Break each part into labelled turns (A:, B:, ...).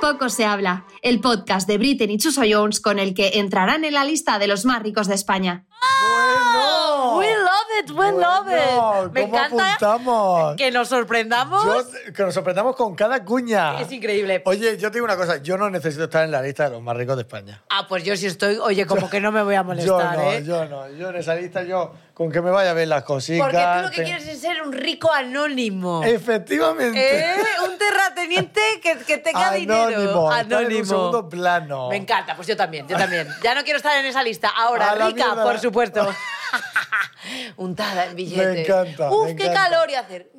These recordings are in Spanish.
A: Poco se habla, el podcast de Britney y Chuso Jones con el que entrarán en la lista de los más ricos de España.
B: Bueno.
C: We love it, we love
B: Bueno,
C: it. Me
B: ¿cómo
C: encanta
B: apuntamos?
C: que nos sorprendamos.
B: Yo- que nos sorprendamos con cada cuña.
C: Es increíble.
B: Oye, yo te digo una cosa, yo no necesito estar en la lista de los más ricos de España.
C: Ah, pues yo sí estoy, oye, como que no me voy a molestar,
B: yo no,
C: ¿eh?
B: yo no, yo en esa lista yo con que me vaya a ver las cositas.
C: Porque tú lo que
B: te-
C: quieres es ser un rico anónimo.
B: Efectivamente.
C: ¿Eh? Un terrateniente que, que tenga dinero.
B: Anónimo, estar en un segundo plano.
C: Me encanta, pues yo también, yo también. Ya no quiero estar en esa lista. Ahora,
B: A la
C: rica,
B: mierda.
C: por supuesto. Untada en billetes.
B: Me encanta,
C: Uf,
B: me
C: qué
B: encanta.
C: calor y hacer.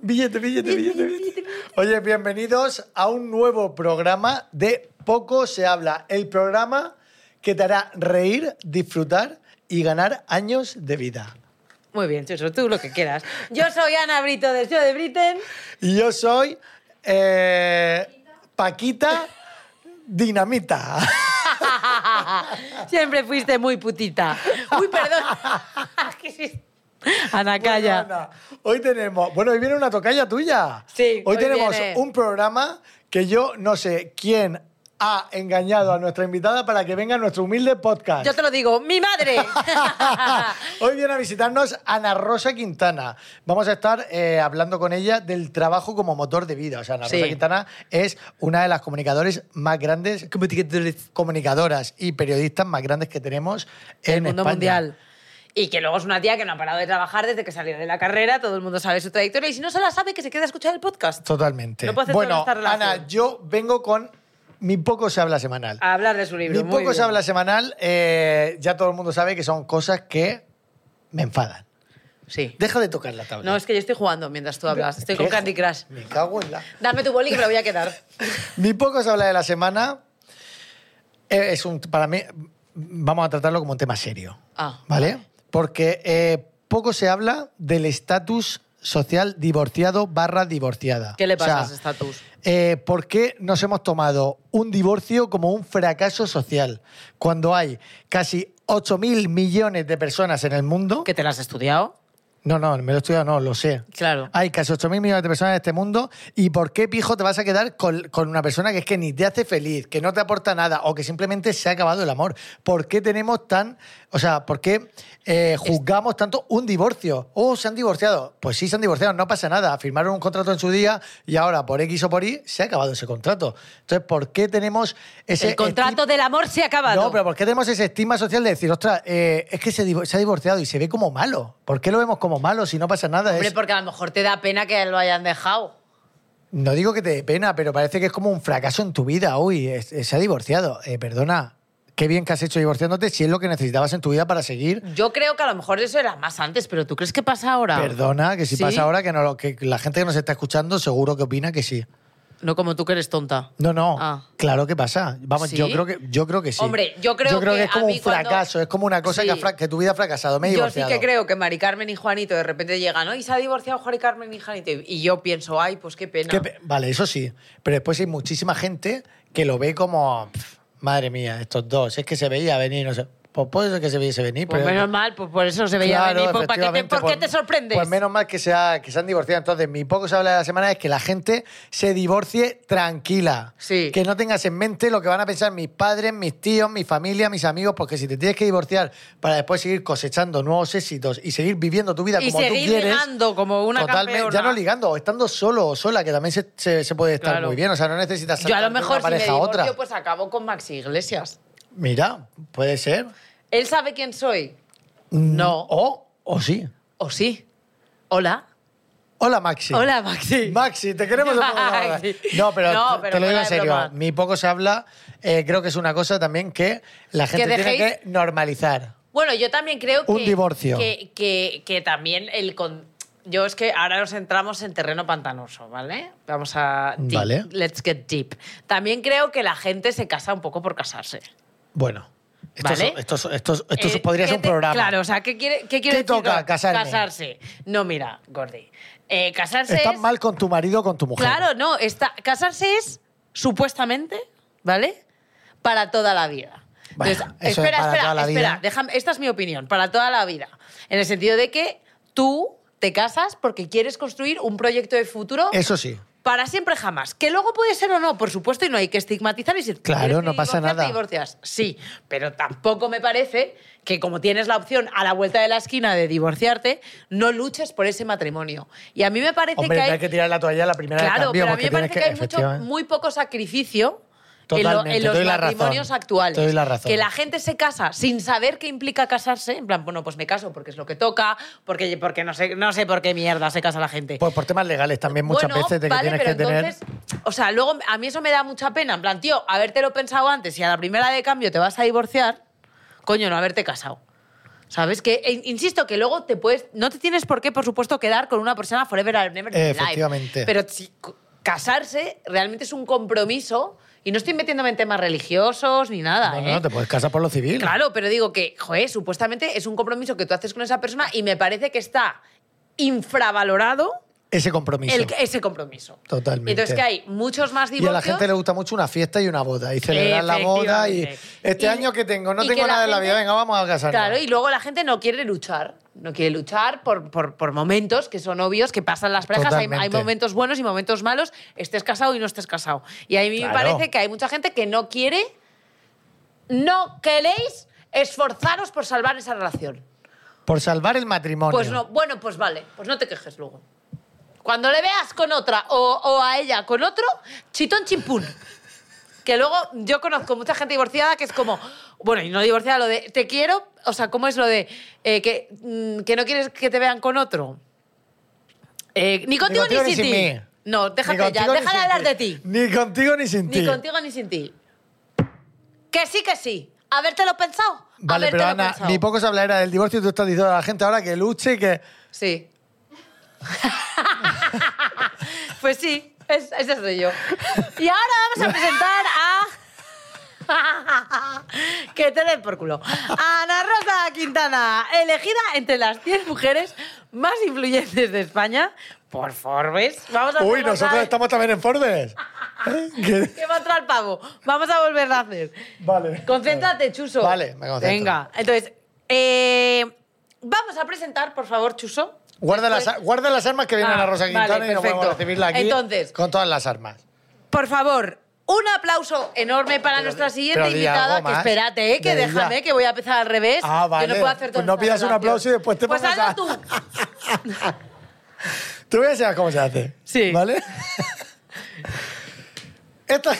B: Billete, billete, billete, billete. Oye, bienvenidos a un nuevo programa de Poco se habla, el programa que te hará reír, disfrutar y ganar años de vida.
C: Muy bien, Chuso, tú lo que quieras. Yo soy Ana Brito del Show de Britain.
B: Y yo soy eh, Paquita Dinamita.
C: Siempre fuiste muy putita. Uy, perdón. ¿Qué es esto? Ana, calla.
B: Bueno, Ana, hoy tenemos, bueno, hoy viene una tocalla tuya.
C: Sí,
B: Hoy
C: hoy
B: tenemos
C: viene.
B: un programa que yo no sé quién ha engañado a nuestra invitada para que venga a nuestro humilde podcast.
C: Yo te lo digo, mi madre.
B: Hoy viene a visitarnos Ana Rosa Quintana. Vamos a estar eh, hablando con ella del trabajo como motor de vida. O sea, Ana
C: Sí.
B: Rosa Quintana es una de las comunicadores más grandes, comunicadoras y periodistas más grandes que tenemos en
C: el mundo
B: España.
C: mundial. Y que luego es una tía que no ha parado de trabajar desde que salió de la carrera, todo el mundo sabe su trayectoria y si no se la sabe, que se queda a escuchar el podcast.
B: Totalmente.
C: No puedo hacer
B: bueno,
C: toda esta relación.
B: Ana, yo vengo con mi poco se habla semanal.
C: A hablar de su libro.
B: mi
C: muy
B: poco se
C: bien.
B: habla semanal, eh, ya todo el mundo sabe que son cosas que me enfadan.
C: Sí.
B: Deja de tocar la tabla.
C: No, es que yo estoy jugando mientras tú hablas. Estoy con
B: Deja-
C: Candy Crush.
B: Me cago en la...
C: Dame tu boli que me lo voy a quedar.
B: Mi poco se habla de la semana eh, es un, para mí, vamos a tratarlo como un tema serio,
C: Ah.
B: ¿vale? Porque eh, poco se habla del estatus social divorciado barra divorciada.
C: ¿Qué le
B: O sea,
C: pasa a ese estatus?
B: eh, ¿Por qué nos hemos tomado un divorcio como un fracaso social cuando hay casi 8.000 millones de personas en el mundo?
C: ¿Que te las has estudiado?
B: No, no, me lo he estudiado, no, lo sé.
C: Claro.
B: Hay casi 8.000 millones de personas en este mundo y ¿por qué, pijo, te vas a quedar con, con una persona que es que ni te hace feliz, que no te aporta nada o que simplemente se ha acabado el amor? ¿Por qué tenemos tan... O sea, ¿por qué eh, juzgamos tanto un divorcio? Oh, se han divorciado. Pues sí, se han divorciado, no pasa nada. Firmaron un contrato en su día y ahora por X o por Y se ha acabado ese contrato. Entonces, ¿por qué tenemos ese...
C: el contrato del amor se ha acabado.
B: No, pero ¿por qué tenemos ese estigma social de decir, ostras, eh, es que se, divo- se ha divorciado y se ve como malo? ¿Por qué lo vemos como malo si no pasa nada?
C: Hombre,
B: Es-
C: porque a lo mejor te da pena que lo hayan dejado.
B: No digo que te dé pena, pero parece que es como un fracaso en tu vida. Uy, es- se ha divorciado. Eh, perdona, qué bien que has hecho divorciándote si es lo que necesitabas en tu vida para seguir.
C: Yo creo que a lo mejor eso era más antes, pero ¿tú crees que pasa ahora?
B: Perdona, que si
C: Ah. ¿Sí?
B: pasa ahora, que, no, lo- que la gente que nos está escuchando seguro que opina que sí.
C: No como tú que eres tonta.
B: No, no,
C: Ah.
B: claro que pasa. Vamos, yo
C: ¿Sí?
B: creo que yo creo que sí.
C: Hombre, yo creo que
B: que, es
C: a
B: como
C: mí
B: un
C: cuando-
B: fracaso, es como una cosa que, ha
C: Sí.
B: fra- que tu vida ha fracasado, me he
C: Yo sí
B: divorciado.
C: que creo que Mari Carmen y Juanito de repente llegan, ¿no? Y se ha divorciado Juan y Carmen y Juanito. Y yo pienso, ay, pues qué pena.
B: Qué pe- Vale, eso sí. Pero después hay muchísima gente que lo ve como, "Pf, madre mía, estos dos, es que se veía venir, no sé. Pues puede ser que se viese venir,
C: Pues
B: pero...
C: menos mal, pues por eso se veía
B: Claro,
C: venir. Pues, ¿para qué te,
B: efectivamente,
C: ¿Por qué
B: pues-
C: te sorprendes?
B: Pues menos mal que se, ha- que se han divorciado. Entonces, mi poco se habla de la semana es que la gente se divorcie tranquila.
C: Sí.
B: Que no tengas en mente lo que van a pensar mis padres, mis tíos, mi familia, mis amigos, porque si te tienes que divorciar para después seguir cosechando nuevos éxitos y seguir viviendo tu vida
C: y
B: como tú
C: seguir
B: quieres.
C: ligando como una
B: Totalmente,
C: campeona.
B: ya no ligando, o estando solo o sola, que también se, se- se puede estar
C: Claro.
B: muy bien. O sea, no necesitas
C: Yo a lo
B: saltarte de
C: mejor
B: una
C: si me
B: pareja a
C: divorcio,
B: otra.
C: pues acabo con Maxi Iglesias.
B: Mira, puede ser.
C: ¿Él sabe quién soy? No.
B: O, o sí.
C: ¿O sí? ¿Hola?
B: Hola, Maxi.
C: Hola, Maxi.
B: Maxi, te queremos un poco más.
C: Maxi.
B: No, pero,
C: No,
B: te-
C: pero
B: te lo digo
C: fuera
B: en
C: de
B: serio.
C: broma.
B: Mi poco se habla, eh, creo que es una cosa también que la gente tiene
C: dejéis-
B: que normalizar.
C: Bueno, yo también creo que...
B: Un divorcio.
C: Que, que- que también el... con- Yo es que ahora nos entramos en terreno pantanoso, ¿vale? Vamos a... deep.
B: Vale.
C: Let's get deep. También creo que la gente se casa un poco por casarse.
B: Bueno, esto,
C: Vale.
B: esto, esto, esto- esto
C: Eh,
B: podría
C: ¿qué
B: ser un
C: te-
B: programa.
C: Claro, o sea, ¿qué quiere, qué quiere
B: ¿Qué
C: decir
B: toca?
C: con
B: Casarme.
C: Casarse. No, mira, Gordi. Eh, casarse
B: Estás
C: es...
B: mal con tu marido o con tu mujer.
C: Claro, no. Está, casarse es, supuestamente, ¿vale? Para toda la vida.
B: Bueno, eso
C: espera,
B: es para
C: espera,
B: toda la vida.
C: espera. déjame- esta es mi opinión, para toda la vida. En el sentido de que tú te casas porque quieres construir un proyecto de futuro
B: Eso sí.
C: para siempre jamás. Que luego puede ser o no, por supuesto, y no hay que estigmatizar y si te
B: Claro,
C: quieres
B: no pasa
C: divorciar, te
B: nada.
C: divorcias. Sí, pero tampoco me parece que como tienes la opción a la vuelta de la esquina de divorciarte, no luches por ese matrimonio. Y a mí me parece
B: Hombre,
C: que
B: no
C: hay...
B: hay que tirar la toalla la primera de
C: Claro,
B: cambio.
C: pero a mí
B: porque
C: me parece que, hay
B: tienes
C: mucho,
B: efectivamente.
C: muy poco sacrificio en, lo-
B: Totalmente,
C: en los
B: te doy la razón,
C: matrimonios actuales.
B: te doy la razón.
C: Que la gente se casa sin saber qué implica casarse, en plan, bueno, pues me caso porque es lo que toca, porque, porque no, sé, no sé por qué mierda se casa la gente.
B: Pues por temas legales también muchas
C: bueno,
B: veces de que
C: vale,
B: tienes
C: pero
B: que tener...
C: entonces, o sea, luego a mí eso me da mucha pena, en plan, tío, habértelo pensado antes y a la primera de cambio te vas a divorciar, coño, no haberte casado. ¿Sabes? Que, e- insisto, que luego te puedes. No te tienes por qué, por supuesto, quedar con una persona forever and never in life.
B: Efectivamente.
C: Pero si c- casarse realmente es un compromiso. Y no estoy metiéndome en temas religiosos ni nada.
B: No,
C: ¿eh?
B: no, no, te puedes casar por lo civil.
C: Claro, pero digo que, joder, supuestamente es un compromiso que tú haces con esa persona y me parece que está infravalorado
B: Ese compromiso.
C: el- ese compromiso.
B: Totalmente.
C: Entonces que hay muchos más
B: Y a
C: divorcios.
B: la gente le gusta mucho una fiesta y una boda. Y celebrar la boda y...
C: Efectivamente.
B: Este
C: Y-
B: año que tengo, no
C: y
B: tengo
C: que la
B: nada en la vida,
C: gente-
B: venga, vamos a casarnos.
C: Claro, y luego la gente no quiere luchar. No quiere luchar por, por- por momentos que son obvios, que pasan las parejas. Hay, hay
B: Totalmente.
C: momentos buenos y momentos malos, estés casado y no estés casado. Y a mí
B: Claro.
C: me parece que hay mucha gente que no quiere, no queréis esforzaros por salvar esa relación.
B: Por salvar el matrimonio.
C: Pues no, bueno, pues vale, pues no te quejes luego. Cuando le veas con otra o, o a ella con otro, chitón chimpún. Que luego yo conozco mucha gente divorciada que es como, bueno, y no divorciada, lo de te quiero, o sea, ¿cómo es lo de eh, que, mm, que no quieres que te vean con otro? Eh, ni contigo ni, sin, ti.
B: mí.
C: No,
B: Ni
C: déjate ya,
B: contigo ni
C: déjala de
B: sin
C: hablar de ti.
B: Ni contigo ni sin ti.
C: Ni contigo ni sin ti. Que sí, que sí. Habértelo pensado.
B: Vale, pero
C: Habértelo
B: Ana,
C: pensado.
B: ni poco se hablará del divorcio y tú estás diciendo a la gente ahora que luche y que...
C: Sí. pues sí, es, ese soy yo. Y ahora vamos a presentar a. que te den por culo. A Ana Rosa Quintana, elegida entre las 10 mujeres más influyentes de España por Forbes. Vamos a
B: Uy,
C: hacer
B: nosotros
C: otra-
B: estamos también en Forbes. ¿Eh? Que-
C: Que va a entrar el pavo. Vamos a volverla a hacer.
B: Vale.
C: Concéntrate, Chuso.
B: Vale, me concentro.
C: Venga, entonces, eh, vamos a presentar, por favor, Chuso.
B: Guarda las,
C: Después-
B: guarda las armas que vienen
C: Ah,
B: a Rosa
C: vale,
B: Quintana y no
C: perfecto.
B: podemos recibirla aquí
C: Entonces-
B: con todas las armas.
C: Por favor, un aplauso enorme para nuestra siguiente
B: pero di
C: invitada.
B: algo
C: Que
B: más.
C: espérate, eh, que
B: De ella.
C: déjame, que voy a empezar al revés.
B: Ah, vale.
C: Que no puedo hacer
B: Pues
C: todas
B: no
C: estas
B: pidas un
C: relaciones.
B: aplauso y después te
C: Pues
B: pongas
C: hazlo
B: a-
C: tú.
B: Te voy a enseñar cómo se hace.
C: Sí.
B: ¿Vale? Esta,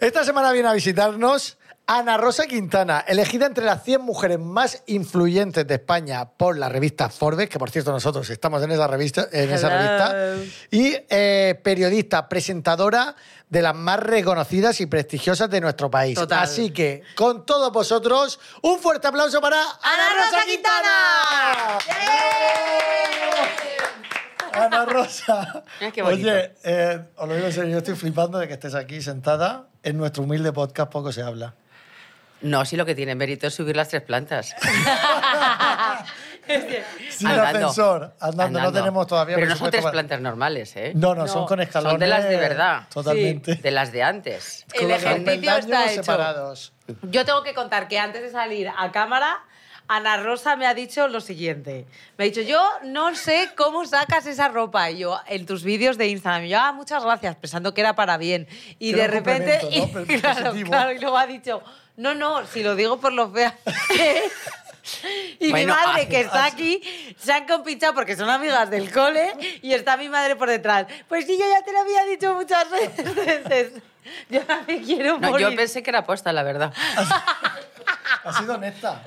B: esta semana viene a visitarnos Ana Rosa Quintana, elegida entre las 100 mujeres más influyentes de España por la revista Forbes, que por cierto nosotros estamos en esa revista, en esa
C: Hello.
B: revista y eh, periodista, presentadora de las más reconocidas y prestigiosas de nuestro país.
C: Total.
B: Así que, con todos vosotros, un fuerte aplauso para Ana,
C: Rosa Quintana.
B: Ana Rosa.
C: Ah, qué bonito.
B: Oye, eh, os lo digo en serio, yo estoy flipando de que estés aquí sentada. En nuestro humilde podcast poco se habla.
D: No, sí lo que tiene mérito es subir las tres plantas.
C: Este.
B: Sin ascensor, andando, no tenemos todavía.
D: Pero no son
B: presupuesto
D: tres
B: para-
D: plantas normales, ¿eh?
B: No, no,
C: No,
B: son con escalones.
D: Son de las de verdad.
B: Totalmente.
D: De las de antes.
C: El
B: Con
C: ejercicio
B: peldaños
C: está hecho.
B: separados.
C: Yo tengo que contar que antes de salir a cámara, Ana Rosa me ha dicho lo siguiente. Me ha dicho, yo no sé cómo sacas esa ropa. Y yo, en tus vídeos de Instagram. Y yo, ah, muchas gracias, pensando que era para bien. Y
B: Que
C: de
B: era un
C: repente...
B: complemento, ¿no?
C: y-
B: Pero
C: claro,
B: positivo.
C: claro, y luego ha dicho, no, no, si lo digo por lo fea que es". Y
D: Bueno,
C: mi madre,
D: ah,
C: que está aquí, se han compinchado porque son amigas del cole y está mi madre por detrás. Pues sí, yo ya te lo había dicho muchas veces. Yo no me quiero
D: No,
C: morir.
D: yo pensé que era posta, la verdad.
B: Ha sido honesta.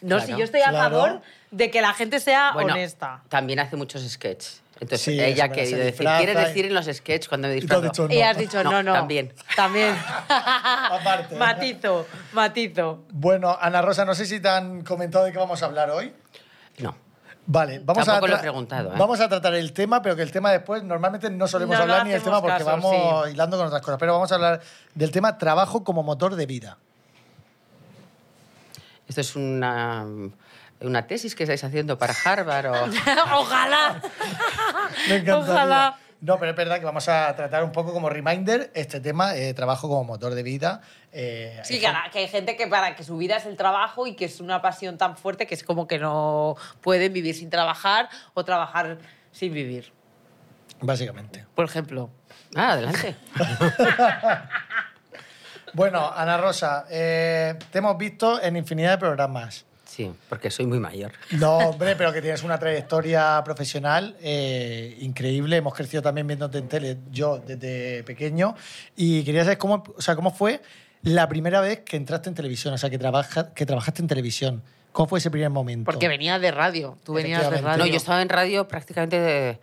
C: No,
D: Claro.
C: si yo estoy a
B: Claro.
C: favor de que la gente sea
D: Bueno,
C: honesta.
D: también hace muchos sketches. Entonces
B: Sí, esa
D: ella
B: me la
D: ha querido
B: se
D: decir,
B: disfraza
D: ¿quieres
B: y-
D: decir en los sketches cuando me
B: Y tú
D: disfrazo?
B: has dicho
C: Y
B: no.
C: has dicho, no,
D: No,
C: no.
D: también.
C: También.
B: Aparte.
C: Matizo, matizo.
B: Bueno, Ana Rosa, no sé si te han comentado de qué vamos a hablar hoy.
D: No.
B: Vale, vamos
D: Tampoco
B: a
D: lo he
B: tra-
D: preguntado, ¿eh?
B: Vamos a tratar el tema, pero que el tema después normalmente no solemos
C: No, no
B: hablar ni del
C: hacemos
B: tema porque
C: caso,
B: vamos hilando con otras cosas. Pero vamos a hablar del tema trabajo como motor de vida.
D: Esto es una, una tesis que estáis haciendo para Harvard o...
C: Ojalá.
B: Me encantaría.
C: Ojalá.
B: No, pero es verdad que vamos a tratar un poco como reminder este tema, eh, trabajo como motor de vida. eh, hay
C: Sí,
B: gente-
C: que, ahora- que hay gente que para que su vida es el trabajo y que es una pasión tan fuerte que es como que no pueden vivir sin trabajar o trabajar sin vivir.
B: básicamente.
C: por ejemplo.
D: Ah, adelante.
B: Bueno, Ana Rosa, eh, te hemos visto en infinidad de programas.
D: Sí, porque soy muy mayor.
B: No, hombre, pero que tienes una trayectoria profesional eh, increíble. Hemos crecido también viéndote en tele, yo desde pequeño. Y quería saber cómo, o sea, cómo fue la primera vez que entraste en televisión, o sea, que, trabaja, que trabajaste en televisión. ¿Cómo fue ese primer momento?
C: Porque venías de radio. Tú venías de
B: Efectivamente.
C: radio.
D: No, yo estaba en radio prácticamente eh,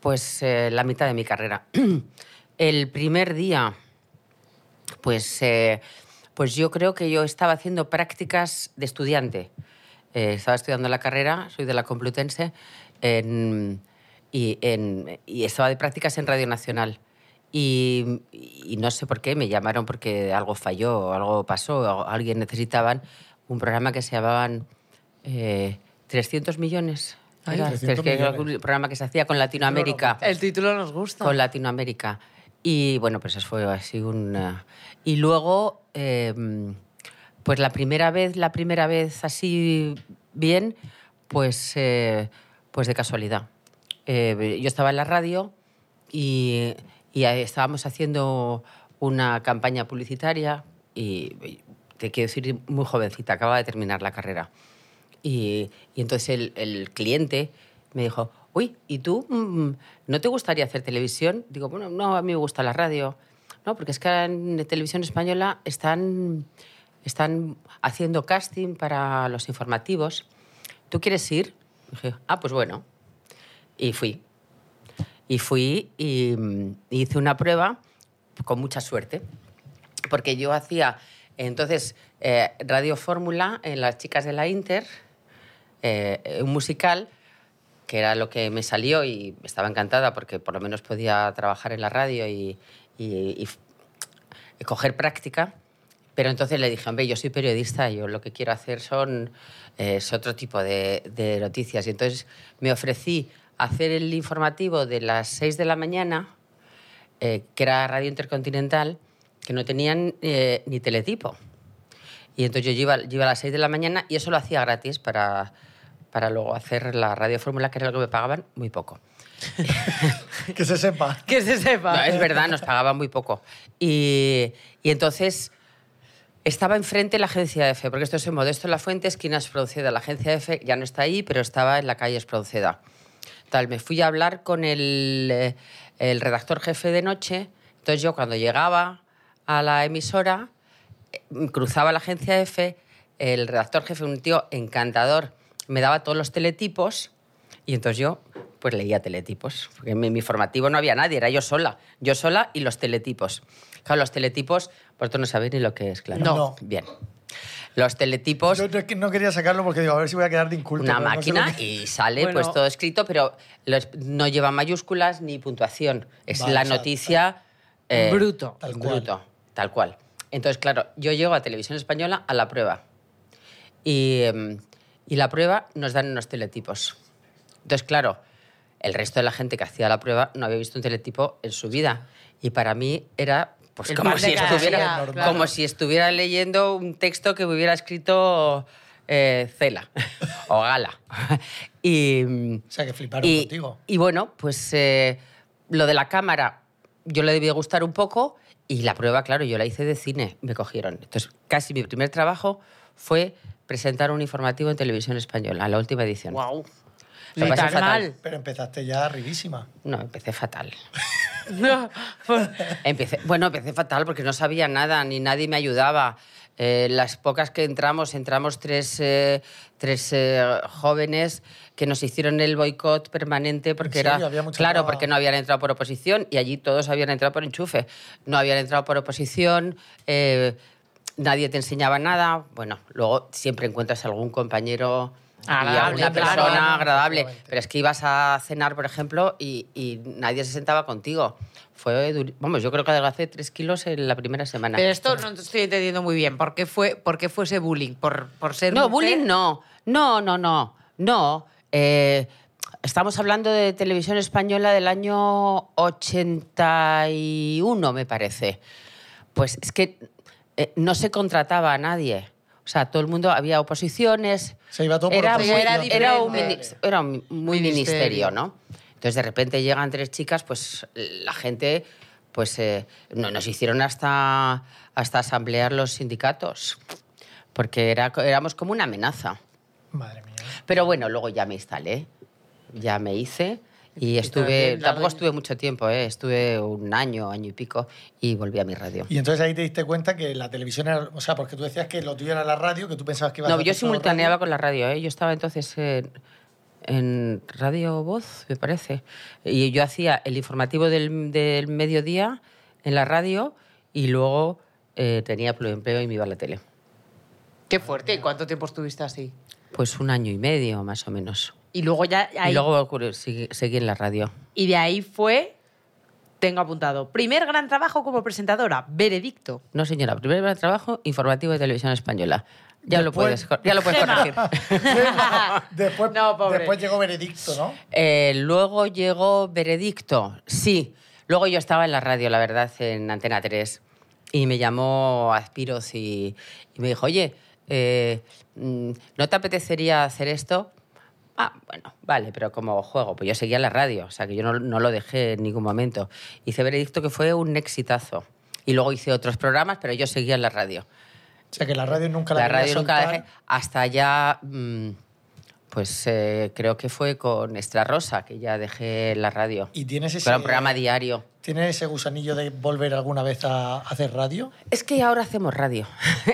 D: pues eh, la mitad de mi carrera. El primer día, pues, eh, pues yo creo que yo estaba haciendo prácticas de estudiante. Eh, estaba estudiando la carrera, soy de la Complutense, en- y, en- y estaba de prácticas en Radio Nacional. Y, y no sé por qué, me llamaron porque algo falló, algo pasó, alguien necesitaban un programa que se llamaban eh, 300 millones.
B: Ay,
D: Era,
B: 300
D: que era
B: millones.
D: un programa que se hacía con Latinoamérica
C: El título nos gusta.
D: con Latinoamérica. Y bueno, pues eso fue así una... Y luego, eh, pues la primera vez, la primera vez así bien, pues, eh, pues de casualidad. Eh, yo estaba en la radio y, y ahí estábamos haciendo una campaña publicitaria y y te quiero decir, muy jovencita, acaba de terminar la carrera. Y, y entonces el, el cliente me dijo, uy, ¿y tú mm, no te gustaría hacer televisión? Digo, bueno, no, a mí me gusta la radio. No, porque es que ahora en televisión española están, están haciendo casting para los informativos. ¿Tú quieres ir? Dije, ah, pues bueno. Y fui. Y fui y mm, hice una prueba con mucha suerte porque yo hacía entonces eh, Radio Fórmula en Las Chicas de la Inter, eh, un musical, que era lo que me salió y estaba encantada porque por lo menos podía trabajar en la radio y, y- y f- y coger práctica. Pero entonces le dije, hombre, yo soy periodista, yo lo que quiero hacer son eh, es otro tipo de, de noticias. Y entonces me ofrecí hacer el informativo de las 6 de la mañana eh, que era Radio Intercontinental, que no tenían eh, ni teletipo. Y entonces yo iba, yo iba a las 6 de la mañana y eso lo hacía gratis para, para luego hacer la radio fórmula, que era lo que me pagaban muy poco.
B: Que se sepa.
C: Que se sepa.
D: No, es verdad, nos pagaban muy poco. Y, y entonces estaba enfrente la agencia F, porque esto es en Modesto La Fuente, esquina Espronceda. La agencia F ya no está ahí, pero estaba en la calle Espronceda. Tal, me fui a hablar con el, eh, el redactor jefe de noche. Entonces yo cuando llegaba a la emisora, eh, cruzaba la agencia F, el redactor jefe, un tío encantador, me daba todos los teletipos y entonces yo pues leía teletipos, porque en mi, mi formativo no había nadie, era yo sola, yo sola y los teletipos. Claro, los teletipos, vosotros no sabéis ni lo que es, claro.
B: No. No.
D: Bien. Los teletipos
B: Yo no, es que no quería sacarlo porque digo, a ver si voy a quedar de inculto.
D: una
B: pero no sé lo
D: máquina
B: que-
D: y sale
C: Bueno.
D: pues todo escrito, pero los- no lleva mayúsculas ni puntuación. Es
B: Vale,
D: la
B: o sea,
D: noticia... eh,
C: Bruto.
B: Tal cual.
D: bruto, tal cual. Entonces, claro, yo llego a Televisión Española a la prueba. Y, em, y mm, la prueba nos dan unos teletipos. Entonces, claro, el resto de la gente que hacía la prueba no había visto un teletipo en su vida. Y para mí era pues,
C: El
D: como,
C: pan de
D: si
C: cada
B: día,
D: estuviera,
B: normal.
D: como si estuviera leyendo un texto que me hubiera escrito eh, Cela o Gala. y, mm,
B: O sea, que fliparon
D: y,
B: contigo.
D: y bueno, pues eh, lo de la cámara yo le debía gustar un poco y la prueba, claro, yo la hice de cine, me cogieron. Entonces, casi mi primer trabajo fue presentar un informativo en televisión española, la última edición.
C: Wow.
D: Lo pasé
C: Letal
D: fatal.
C: mal.
B: Pero empezaste ya arribísima.
D: No, empecé fatal.
C: No, pues,
D: Empecé, bueno, empecé fatal porque no sabía nada, ni nadie me ayudaba. Eh, las pocas que entramos, entramos tres, eh, tres eh, jóvenes que nos hicieron el boicot permanente porque
B: ¿En serio?
D: era
B: Había mucha
D: claro
B: traba.
D: porque no habían entrado por oposición y allí todos habían entrado por enchufe, no habían entrado por oposición. eh, Nadie te enseñaba nada. Bueno, luego siempre encuentras algún compañero y
C: Agradable,
D: alguna
C: claro.
D: persona agradable.
B: Efectivamente.
D: Pero es que ibas a cenar, por ejemplo, y, y nadie se sentaba contigo. Fue duri- Vamos, yo creo que adelgacé tres kilos en la primera semana.
C: pero esto no te estoy entendiendo muy bien. ¿Por qué fue, por qué fue ese bullying? ¿Por, por ser
D: No,
C: mujer?
D: bullying no. No, no, no. No. Eh, estamos hablando de televisión española del año 81, me parece. Pues es que eh, no se contrataba a nadie. O sea, todo el mundo había oposiciones.
B: Se iba todo por
D: era,
B: oposición.
D: muy-
C: Era
D: era un,
C: diferente.
D: mini- era un muy
C: Ministerio.
D: ministerio, ¿no? Entonces, de repente llegan tres chicas, pues la gente, pues eh, no, nos hicieron hasta, hasta asamblear los sindicatos, porque era, éramos como una amenaza.
B: Madre mía.
D: Pero bueno, luego ya me instalé, ya me hice y estuve,
C: también la
D: tampoco
C: doña-
D: estuve mucho tiempo, ¿eh? estuve un año, año y pico y volví a mi radio.
B: Y entonces ahí te diste cuenta que la televisión era. O sea, porque tú decías que lo tuyo era la radio, que tú pensabas que iba a
D: No,
B: hacer
D: yo
B: solo
D: simultaneaba
B: radio.
D: con la radio, ¿eh? yo estaba entonces en, en Radio Voz, me parece, y yo hacía el informativo del, del mediodía en la radio y luego eh, tenía empleo y me iba a la tele.
C: Qué fuerte. ¿Y cuánto tiempo estuviste así?
D: Pues un año y medio más o menos.
C: Y luego ya ahí-
D: Y luego ocurrió- seguí- seguí en la radio.
C: y de ahí fue, tengo apuntado, primer gran trabajo como presentadora, veredicto.
D: No, señora. Primer gran trabajo, informativo de televisión española. Ya, lo
B: Después-
D: puedes, cor- ya lo puedes
C: Gema.
D: corregir.
B: Después,
C: No, pobre.
B: después llegó Veredicto, ¿no?
D: Eh, luego llegó Veredicto, sí. Luego yo estaba en la radio, la verdad, en Antena 3. Y me llamó Aspiros y, y me dijo, oye, eh, mm, ¿no te apetecería hacer esto? Ah, bueno, vale, pero como juego, pues yo seguía en la radio, o sea que yo no, no lo dejé en ningún momento. Hice Veredicto que fue un exitazo. Y luego hice otros programas, pero yo seguía en la radio.
B: O sea, que la radio nunca la,
D: La
B: quería
D: radio nunca la
B: soltar.
D: dejé. Hasta ya, mm, pues eh, creo que fue con Extra Rosa que ya dejé la radio.
B: ¿Y tienes ese,
D: Era un programa diario.
B: ¿Tienes ese gusanillo de volver alguna vez a hacer radio?
D: Es que ahora hacemos radio.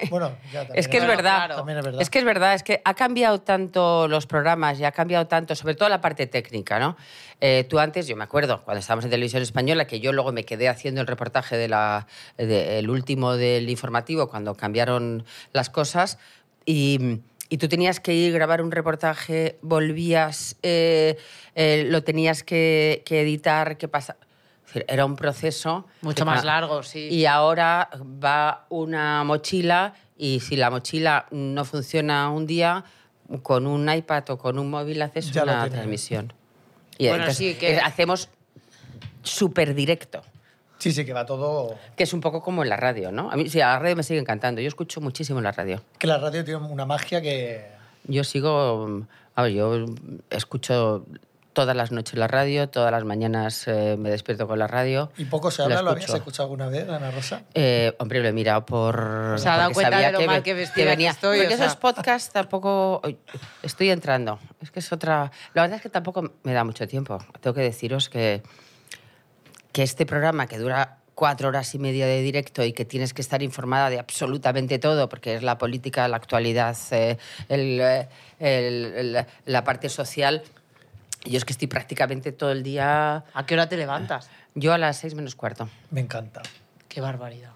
B: Bueno, ya también
D: Es que es
C: Bueno,
D: verdad.
C: claro.
B: También es verdad.
D: Es que es verdad, es que ha cambiado tanto los programas y ha cambiado tanto, sobre todo la parte técnica, ¿no? Eh, tú antes, yo me acuerdo, cuando estábamos en televisión española, que yo luego me quedé haciendo el reportaje del último del informativo, cuando cambiaron las cosas, y, y tú tenías que ir grabar un reportaje, volvías, eh, eh, lo tenías que, que editar, que pasa. Es decir, Era un proceso.
C: Mucho
D: que
C: más
D: pa-
C: largo, sí.
D: y ahora va una mochila y si la mochila no funciona un día, con un iPad o con un móvil haces
B: Ya lo
D: una
B: tienes.
D: transmisión. Y
C: Bueno, sí, que-
D: eh, hacemos súper directo,
B: Sí, sí, que va todo...
D: que es un poco como en la radio, ¿no? A mí sí, la radio me sigue encantando, yo escucho muchísimo la radio.
B: Que la radio tiene una magia que...
D: Yo sigo, mm, a ver, yo mm, escucho todas las noches la radio, todas las mañanas eh, me despierto con la radio.
B: Y poco se
D: La
B: habla, ¿lo habías
D: escucho.
B: escuchado alguna vez, Ana Rosa?
D: Eh, hombre, lo he mirado por.
C: Se ha dado
D: porque
C: cuenta de
D: sabía
C: lo mal que vestida que estoy,
D: Porque
C: o sea.
D: esos podcasts tampoco. Ay, Estoy entrando. Es que es otra. La verdad es que tampoco me da mucho tiempo. Tengo que deciros que, que este programa que dura cuatro horas y media de directo y que tienes que estar informada de absolutamente todo, porque es la política, la actualidad, eh, el, eh, el- el- la parte social. Yo es que estoy prácticamente todo el día.
C: ¿A qué hora te levantas?
D: Yo a las seis menos cuarto.
B: Me encanta.
C: Qué barbaridad.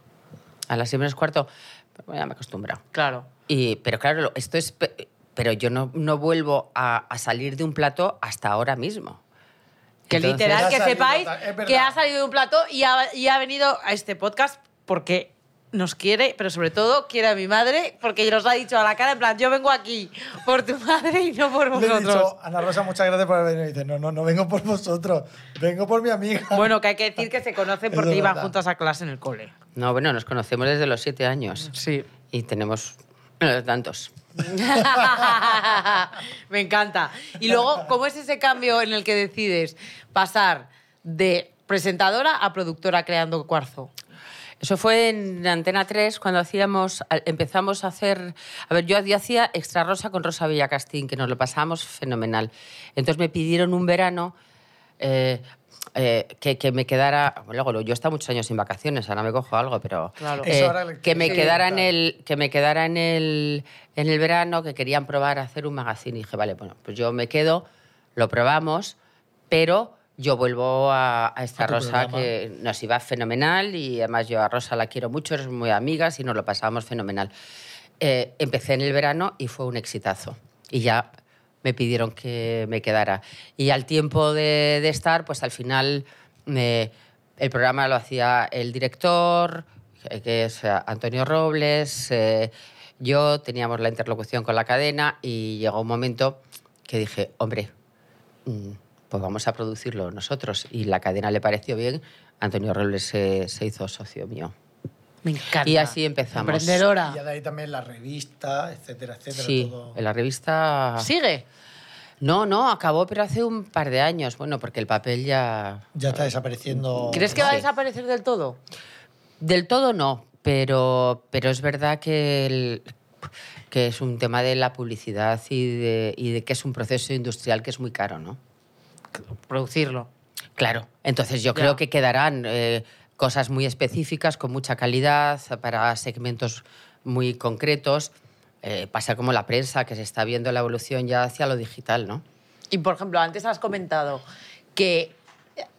D: A las seis menos cuarto. pero bueno, ya me he acostumbrado.
C: Claro.
D: Y- pero claro, lo- esto es. pe- Pero yo no, no vuelvo a, a salir de un plato hasta ahora mismo.
C: Que
D: Entonces-
C: literal,
B: Ha
C: que
B: salido,
C: sepáis
B: es verdad.
C: que ha salido de un plato y ha, y ha venido a este podcast porque nos quiere, pero sobre todo quiere a mi madre, porque nos ha dicho a la cara, en plan, yo vengo aquí por tu madre y no por
B: Le he
C: vosotros.
B: dicho, Ana Rosa, muchas gracias por haber venido. Y dice, no, no, no vengo por vosotros, vengo por mi amiga.
C: Bueno, que hay que decir que se conocen
B: "Ah". Es
C: porque iban
B: verdad.
C: juntas a clase en el cole.
D: No, bueno, nos conocemos desde los siete años.
C: Sí.
D: Y tenemos eh, tantos.
C: Me encanta. Y luego, ¿cómo es ese cambio en el que decides pasar de presentadora a productora creando cuarzo?
D: Eso fue en Antena 3 cuando hacíamos, al- empezamos a hacer... A ver, yo, yo hacía Extra Rosa con Rosa Villacastín, que nos lo pasábamos fenomenal. Entonces me pidieron un verano eh, eh, que, que me quedara... Luego, lo- yo he estado muchos años sin vacaciones, ahora me cojo algo, pero...
C: Claro.
D: eh,
B: Eso ahora le-
D: que, me
B: sí,
D: quedara en
B: claro.
D: el, que me quedara en el, en el verano, que querían probar a hacer un magazine. Y dije, vale, bueno, pues yo me quedo, lo probamos, pero... Yo vuelvo a, a Extra
B: A tu
D: Rosa,
B: programa.
D: que eh, nos iba fenomenal y además yo a Rosa la quiero mucho, eres muy amigas y nos lo pasábamos fenomenal. Eh, empecé en el verano y fue un exitazo. Y ya me pidieron que me quedara. Y al tiempo de, de estar, pues al final eh, el programa lo hacía el director, eh, que es eh, Antonio Robles, eh, yo teníamos la interlocución con la cadena y llegó un momento que dije, hombre, mm, pues vamos a producirlo nosotros. Y la cadena le pareció bien. Antonio Robles se, se hizo socio mío.
C: Me encanta.
D: Y así empezamos.
C: Emprendedora.
B: Y de ahí también la revista, etcétera, etcétera.
D: Sí,
B: todo.
D: en la revista...
C: Sigue.
D: No, no, acabó, pero hace un par de años. Bueno, porque el papel ya.
B: Ya está desapareciendo.
C: ¿Crees que va a desaparecer del todo?
D: Del todo no, pero, pero es verdad que, el- que es un tema de la publicidad y de, y de que es un proceso industrial que es muy caro, ¿no?
C: Producirlo.
D: Claro. Entonces yo
C: Ya.
D: creo que quedarán eh, cosas muy específicas, con mucha calidad, para segmentos muy concretos. Eh, pasa como la prensa, que se está viendo la evolución ya hacia lo digital, ¿no?
C: Y por ejemplo, antes has comentado que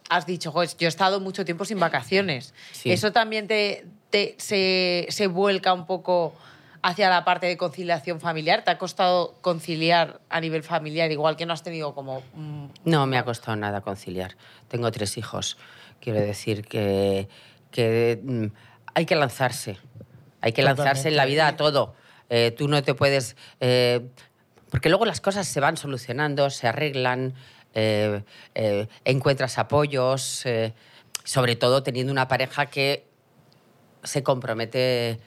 C: has dicho, "Joder, yo he estado mucho tiempo sin vacaciones.
D: Sí.
C: Eso también te, te- se, se vuelca un poco hacia la parte de conciliación familiar. ¿Te ha costado conciliar a nivel familiar, igual que no has tenido como... mm,
D: No me ha costado nada conciliar. Tengo tres hijos. Quiero decir que, que, mm, hay que lanzarse. Hay que lanzarse en la vida a todo. Eh, tú no te puedes... eh, porque luego las cosas se van solucionando, se arreglan, eh, eh, encuentras apoyos, eh, sobre todo teniendo una pareja que se compromete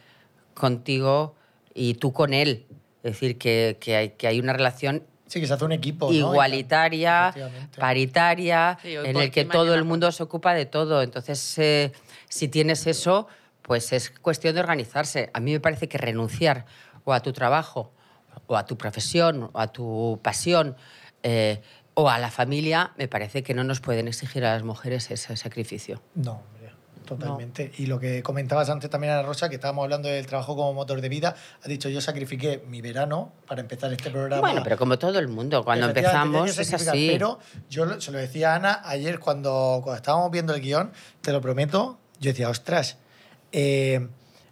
D: contigo y tú con él. Es decir, que, que hay, que hay una relación
B: Sí, que se hace un equipo. ¿no?
D: igualitaria,
B: Efectivamente.
D: paritaria,
C: Sí, hoy
D: en
C: por
D: el que
C: ti,
D: todo
C: mañana
D: el
C: por
D: mundo se ocupa de todo. Entonces, eh, si tienes eso, pues es cuestión de organizarse. A mí me parece que renunciar o a tu trabajo, o a tu profesión, o a tu pasión, eh, o a la familia, me parece que no nos pueden exigir a las mujeres ese sacrificio.
B: No, hombre, totalmente. Y lo que comentabas antes también, Ana Rosa, que estábamos hablando del trabajo como motor de vida, ha dicho yo sacrifiqué mi verano para empezar este programa.
D: Bueno, pero como todo el mundo, cuando
B: Efectivamente, tenía
D: empezamos
B: que
D: es
B: sacrificar,
D: así.
B: Pero yo lo- se lo decía a Ana ayer cuando, cuando estábamos viendo el guión, te lo prometo, yo decía, ostras, eh,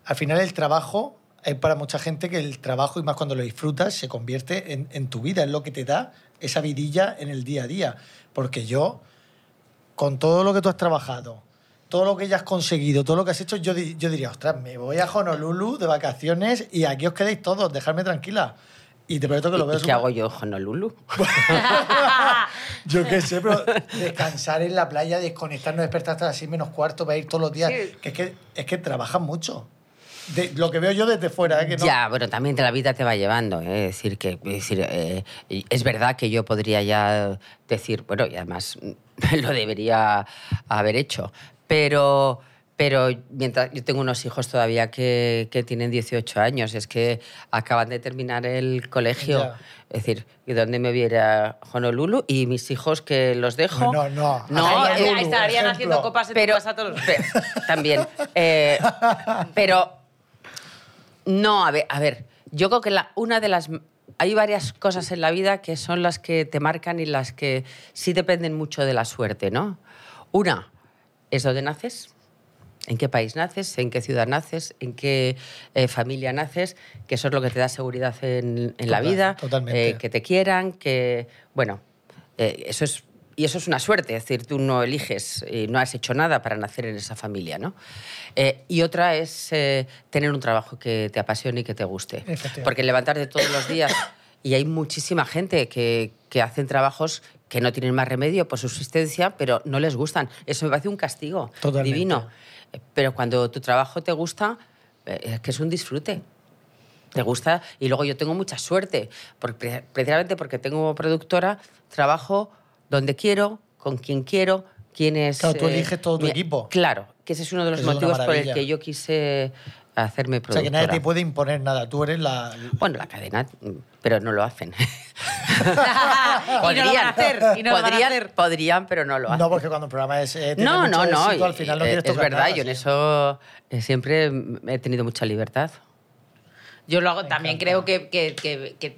B: al final el trabajo, es para mucha gente que el trabajo, y más cuando lo disfrutas, se convierte en, en tu vida, es lo que te da esa vidilla en el día a día. Porque yo, con todo lo que tú has trabajado, todo lo que ya has conseguido, todo lo que has hecho, yo, di- yo diría, ostras, me voy a Honolulu de vacaciones y aquí os quedéis todos, dejadme tranquila. Y te prometo que lo
D: ¿Y-
B: veo
D: ¿Y qué
B: súper-
D: hago yo, Honolulu?
B: Yo qué sé, pero descansar en la playa, desconectarnos, despertar hasta las 6 menos cuarto para ir todos los días.
C: Sí.
B: Que es, que, es que trabajan mucho. De, lo que veo yo desde fuera, ¿eh? que no.
D: Ya, pero también de la vida te va llevando. ¿eh? Es decir, que, es, decir, eh, y es verdad que yo podría ya decir, bueno, y además lo debería haber hecho, pero, pero mientras yo tengo unos hijos todavía que, que tienen 18 años, es que acaban de terminar el colegio.
B: Ya.
D: Es decir, ¿y dónde me viera Honolulu? Y mis hijos que los dejo.
B: No, no.
D: No,
B: Hasta
D: eh,
B: Honolulu,
C: estarían
B: ejemplo.
C: haciendo copas en tu casa todos los días.
D: Pe- también. Eh, pero no, a ver, a ver, yo creo que la, una de las hay varias cosas en la vida que son las que te marcan y las que sí dependen mucho de la suerte, ¿no? Una es dónde naces, en qué país naces, en qué ciudad naces, en qué eh, familia naces, que eso es lo que te da seguridad en, en la
B: Total-
D: vida,
B: totalmente.
D: eh, que te quieran, que bueno, eh, eso es y eso es una suerte, es decir, tú no eliges y no has hecho nada para nacer en esa familia, ¿no? Eh, y otra es eh, tener un trabajo que te apasione y que te guste,
B: Efectivamente.
D: porque levantarte todos los días y hay muchísima gente que, que hacen trabajos que no tienen más remedio por subsistencia, pero no les gustan. Eso me parece un castigo
B: Totalmente.
D: divino. Eh, Pero cuando tu trabajo te gusta, eh, es que es un disfrute. Te gusta. Y luego yo tengo mucha suerte, porque, pre- precisamente porque tengo productora, trabajo donde quiero, con quien quiero, quién es. eh,
B: Claro, tú eliges todo tu equipo.
D: Claro, que ese es uno de los
B: Eso es una
D: motivos por el
B: maravilla.
D: que yo quise hacerme
B: O sea, que
D: productora.
B: nadie te puede imponer nada. Tú eres la.
D: Bueno, la cadena, pero no lo hacen.
C: y no lo van a hacer. Y no lo van a
D: podrían,
C: hacer.
D: podrían, pero no lo hacen.
B: No, porque cuando un programa es. eh, tiene
D: No,
B: mucho
D: no, no.
B: éxito,
D: y-
B: al final no
D: y-
B: quieres
D: es
B: tocar
D: verdad,
B: nada,
D: yo en
B: sí.
D: eso eh, siempre mm, he tenido mucha libertad.
C: Yo lo hago, también creo que, que- que- que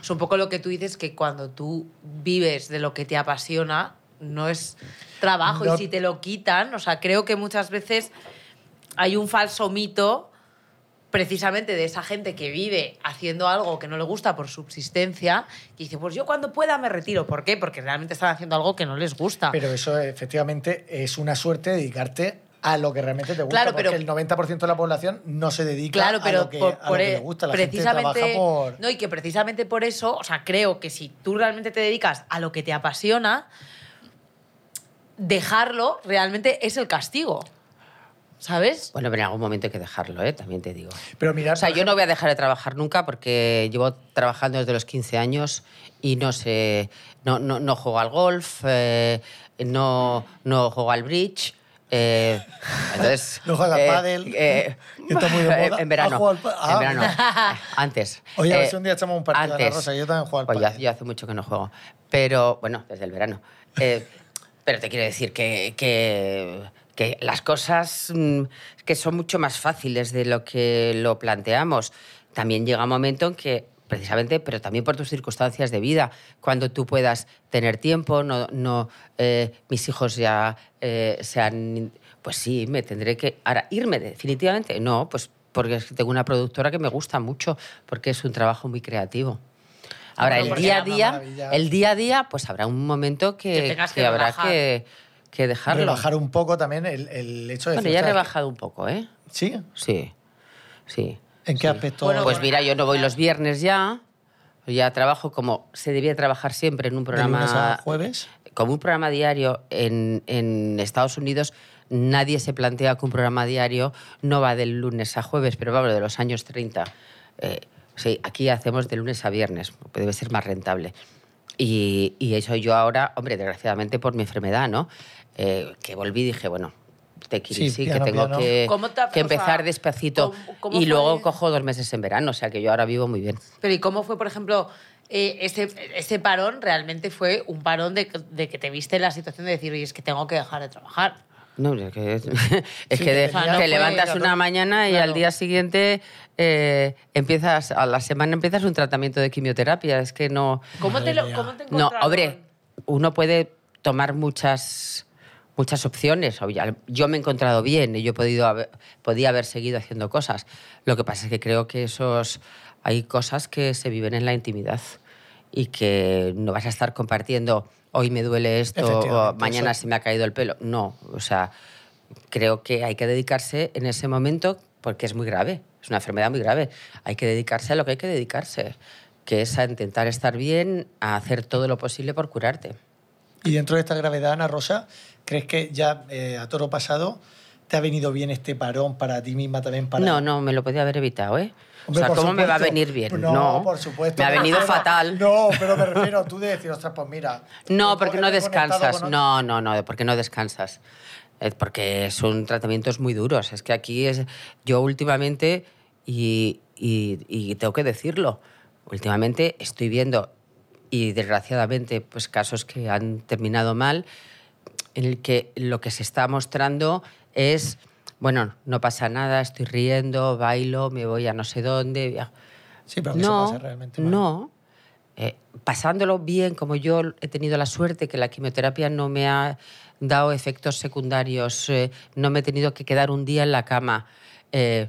C: es un poco lo que tú dices, que cuando tú vives de lo que te apasiona, no es trabajo
B: No.
C: y si te lo quitan, o sea, creo que muchas veces hay un falso mito precisamente de esa gente que vive haciendo algo que no le gusta por subsistencia, que dice, pues yo cuando pueda me retiro. ¿Por qué? Porque realmente están haciendo algo que no les gusta.
B: Pero eso efectivamente es una suerte dedicarte a lo que realmente te gusta.
C: Claro, pero-
B: porque el 90% de la población no se dedica
C: Claro, pero
B: a lo que,
C: por,
B: a lo
C: por
B: que
C: e-
B: le gusta. La
C: precisamente,
B: gente trabaja por.
C: No, y que precisamente por eso, o sea, creo que si tú realmente te dedicas a lo que te apasiona, dejarlo realmente es el castigo. ¿Sabes?
D: Bueno, pero en algún momento hay que dejarlo, ¿eh? también te digo.
B: Pero mirar,
D: O sea,
B: por
D: yo no voy a dejar de trabajar nunca porque llevo trabajando desde los 15 años y no sé, no, no, no juego al golf, eh, no, no juego al bridge. eh, entonces,
B: No juego al
D: eh,
B: pádel,
D: eh,
B: que está muy de moda.
D: En
B: Ah,
D: verano.
B: juego al pa- ah,
D: en verano. Antes.
B: Oye, a ver
D: Eh,
B: si un día echamos un partido a la
D: antes.
B: Rosa, yo también juego al
D: Pues yo-
B: pádel.
D: Yo hace mucho que no juego. Pero, bueno, desde el verano. Eh, pero te quiero decir que, que, que las cosas mm, que son mucho más fáciles de lo que lo planteamos. También llega un momento en que, precisamente, pero también por tus circunstancias de vida, cuando tú puedas tener tiempo, no, no eh, mis hijos ya eh, se han... Pues sí, me tendré que... Ahora, irme definitivamente. No, pues porque es que tengo una productora que me gusta mucho, porque es un trabajo muy creativo. Ahora,
B: Bueno,
D: el
B: porque
D: día a
B: era una
D: día,
B: maravilla.
D: el día a día, pues habrá un momento
C: Que
D: que,
C: tengas
D: que
C: que
D: habrá
C: rebajar.
D: que, que dejarlo.
B: Rebajar un poco también el, el hecho de
D: bueno,
B: decir,
D: ya he
B: o sea,
D: rebajado un poco, ¿eh?
B: ¿Sí?
D: Sí, sí.
B: ¿En qué aspecto?
C: Bueno,
D: pues
C: bueno,
D: mira, yo no voy los viernes ya. Ya trabajo como se debía trabajar siempre en un
B: ¿De lunes a
D: programa
B: jueves?
D: como un programa diario en, en Estados Unidos, nadie se plantea que un programa diario no va del lunes a jueves, pero vamos, de los años 30. Eh, sí, aquí hacemos de lunes a viernes, porque debe ser más rentable. Y, y eso yo ahora, hombre, desgraciadamente por mi enfermedad, ¿no? Eh, que volví y dije, bueno, te
B: Sí,
D: sí, sí,
B: piano,
D: que tengo
B: piano.
D: que,
C: ¿Cómo te-
D: que
C: o sea,
D: empezar despacito.
C: ¿cómo- cómo
D: y
C: fue?
D: luego cojo dos meses en verano, o sea que yo ahora vivo muy bien.
C: Pero ¿y cómo fue, por ejemplo, eh, ese, ese parón? Realmente fue un parón de, que- de que te viste en la situación de decir, oye, es que tengo que dejar de trabajar.
D: No, es que, es que
B: que
D: de-
B: tenía-
D: te
C: No fue
D: levantas
C: la
D: una
C: ron-
D: mañana y
C: claro.
D: al día siguiente eh, empiezas, a la semana empiezas un tratamiento de quimioterapia. Es que no.
C: ¿Cómo te, lo, ¿cómo te
D: No,
C: encontraron?
D: hombre, uno puede tomar muchas, muchas opciones. Obvia- Yo me he encontrado bien y yo he podido haber- podía haber seguido haciendo cosas. Lo que pasa es que creo que esos, hay cosas que se viven en la intimidad y que no vas a estar compartiendo hoy me duele esto o
B: Efectivamente,
D: mañana
B: eso-
D: se me ha caído el pelo. No, o sea, creo que hay que dedicarse en ese momento porque es muy grave, es una enfermedad muy grave. Hay que dedicarse a lo que hay que dedicarse, que es a intentar estar bien, a hacer todo lo posible por curarte.
B: Y dentro de esta gravedad, Ana Rosa, ¿crees que ya eh, a toro pasado te ha venido bien este parón para ti misma también? Para...
D: No, no, me lo podía haber evitado, ¿eh?
B: Hombre,
D: o sea,
B: por
D: ¿cómo me va a
B: supuesto.
D: venir bien?
B: No,
D: No,
B: por supuesto. Ah,
D: Me ha
B: me
D: venido
B: refiero-
D: fatal.
B: No, pero me refiero tú de decir, ostras, pues mira.
D: No,
B: un
D: porque
B: poco
D: no
B: he conectado
D: descansas.
B: con otro-
D: No, no, no, porque no descansas. Eh, Porque son tratamientos muy duros. Es que aquí es. Yo últimamente, y, y- y tengo que decirlo, últimamente estoy viendo, y desgraciadamente, pues casos que han terminado mal, en el que lo que se está mostrando es. Bueno, no pasa nada, estoy riendo, bailo, me voy a no sé dónde. viajo.
B: Sí, pero que
D: No,
B: eso pasa realmente. mal.
D: no. Eh, pasándolo bien, como yo he tenido la suerte que la quimioterapia no me ha dado efectos secundarios, eh, no me he tenido que quedar un día en la cama. eh,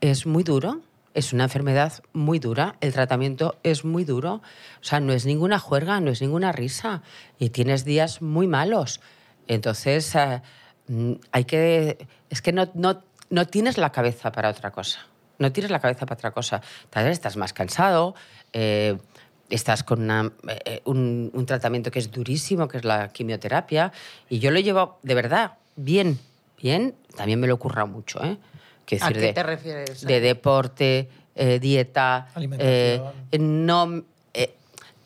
D: es muy duro, es una enfermedad muy dura, el tratamiento es muy duro. O sea, no es ninguna juerga, no es ninguna risa. Y tienes días muy malos. Entonces, ah, mm, hay que. Es que no, no, no tienes la cabeza para otra cosa. No tienes la cabeza para otra cosa. Tal vez estás más cansado. eh, estás con una- eh, eh, un, un tratamiento que es durísimo, que es la quimioterapia, y yo lo llevo, de verdad, bien, bien, también me lo ocurra mucho. ¿eh? Quiero
C: ¿A
D: decir,
C: qué
D: de-
C: te refieres?
D: de deporte, eh, dieta,
B: Alimentación.
D: eh, no eh,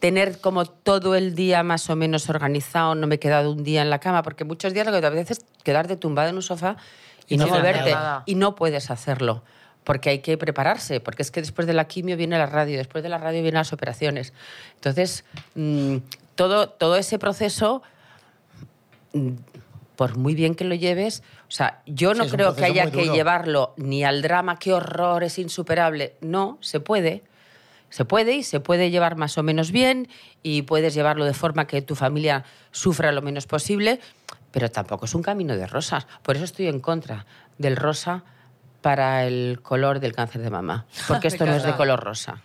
D: tener como todo el día más o menos organizado, no me he quedado un día en la cama, porque muchos días lo que te apetece es quedarte tumbado en un sofá y,
B: Y no
D: no,
B: hacer
D: moverte
C: nada.
D: y no puedes hacerlo. Porque hay que prepararse, porque es que después de la quimio viene la radio, después de la radio vienen las operaciones. Entonces, mm, todo, todo ese proceso, mm, por muy bien que lo lleves, o sea, yo
B: Sí,
D: no
B: es un
D: creo que
B: proceso
D: haya
B: muy
D: que
B: duro.
D: llevarlo ni al drama, qué horror, es insuperable. No, se puede. Se puede y se puede llevar más o menos bien y puedes llevarlo de forma que tu familia sufra lo menos posible, pero tampoco es un camino de rosas. Por eso estoy en contra del rosa para el color del cáncer de mama, porque esto no es de
C: encanta.
D: color rosa.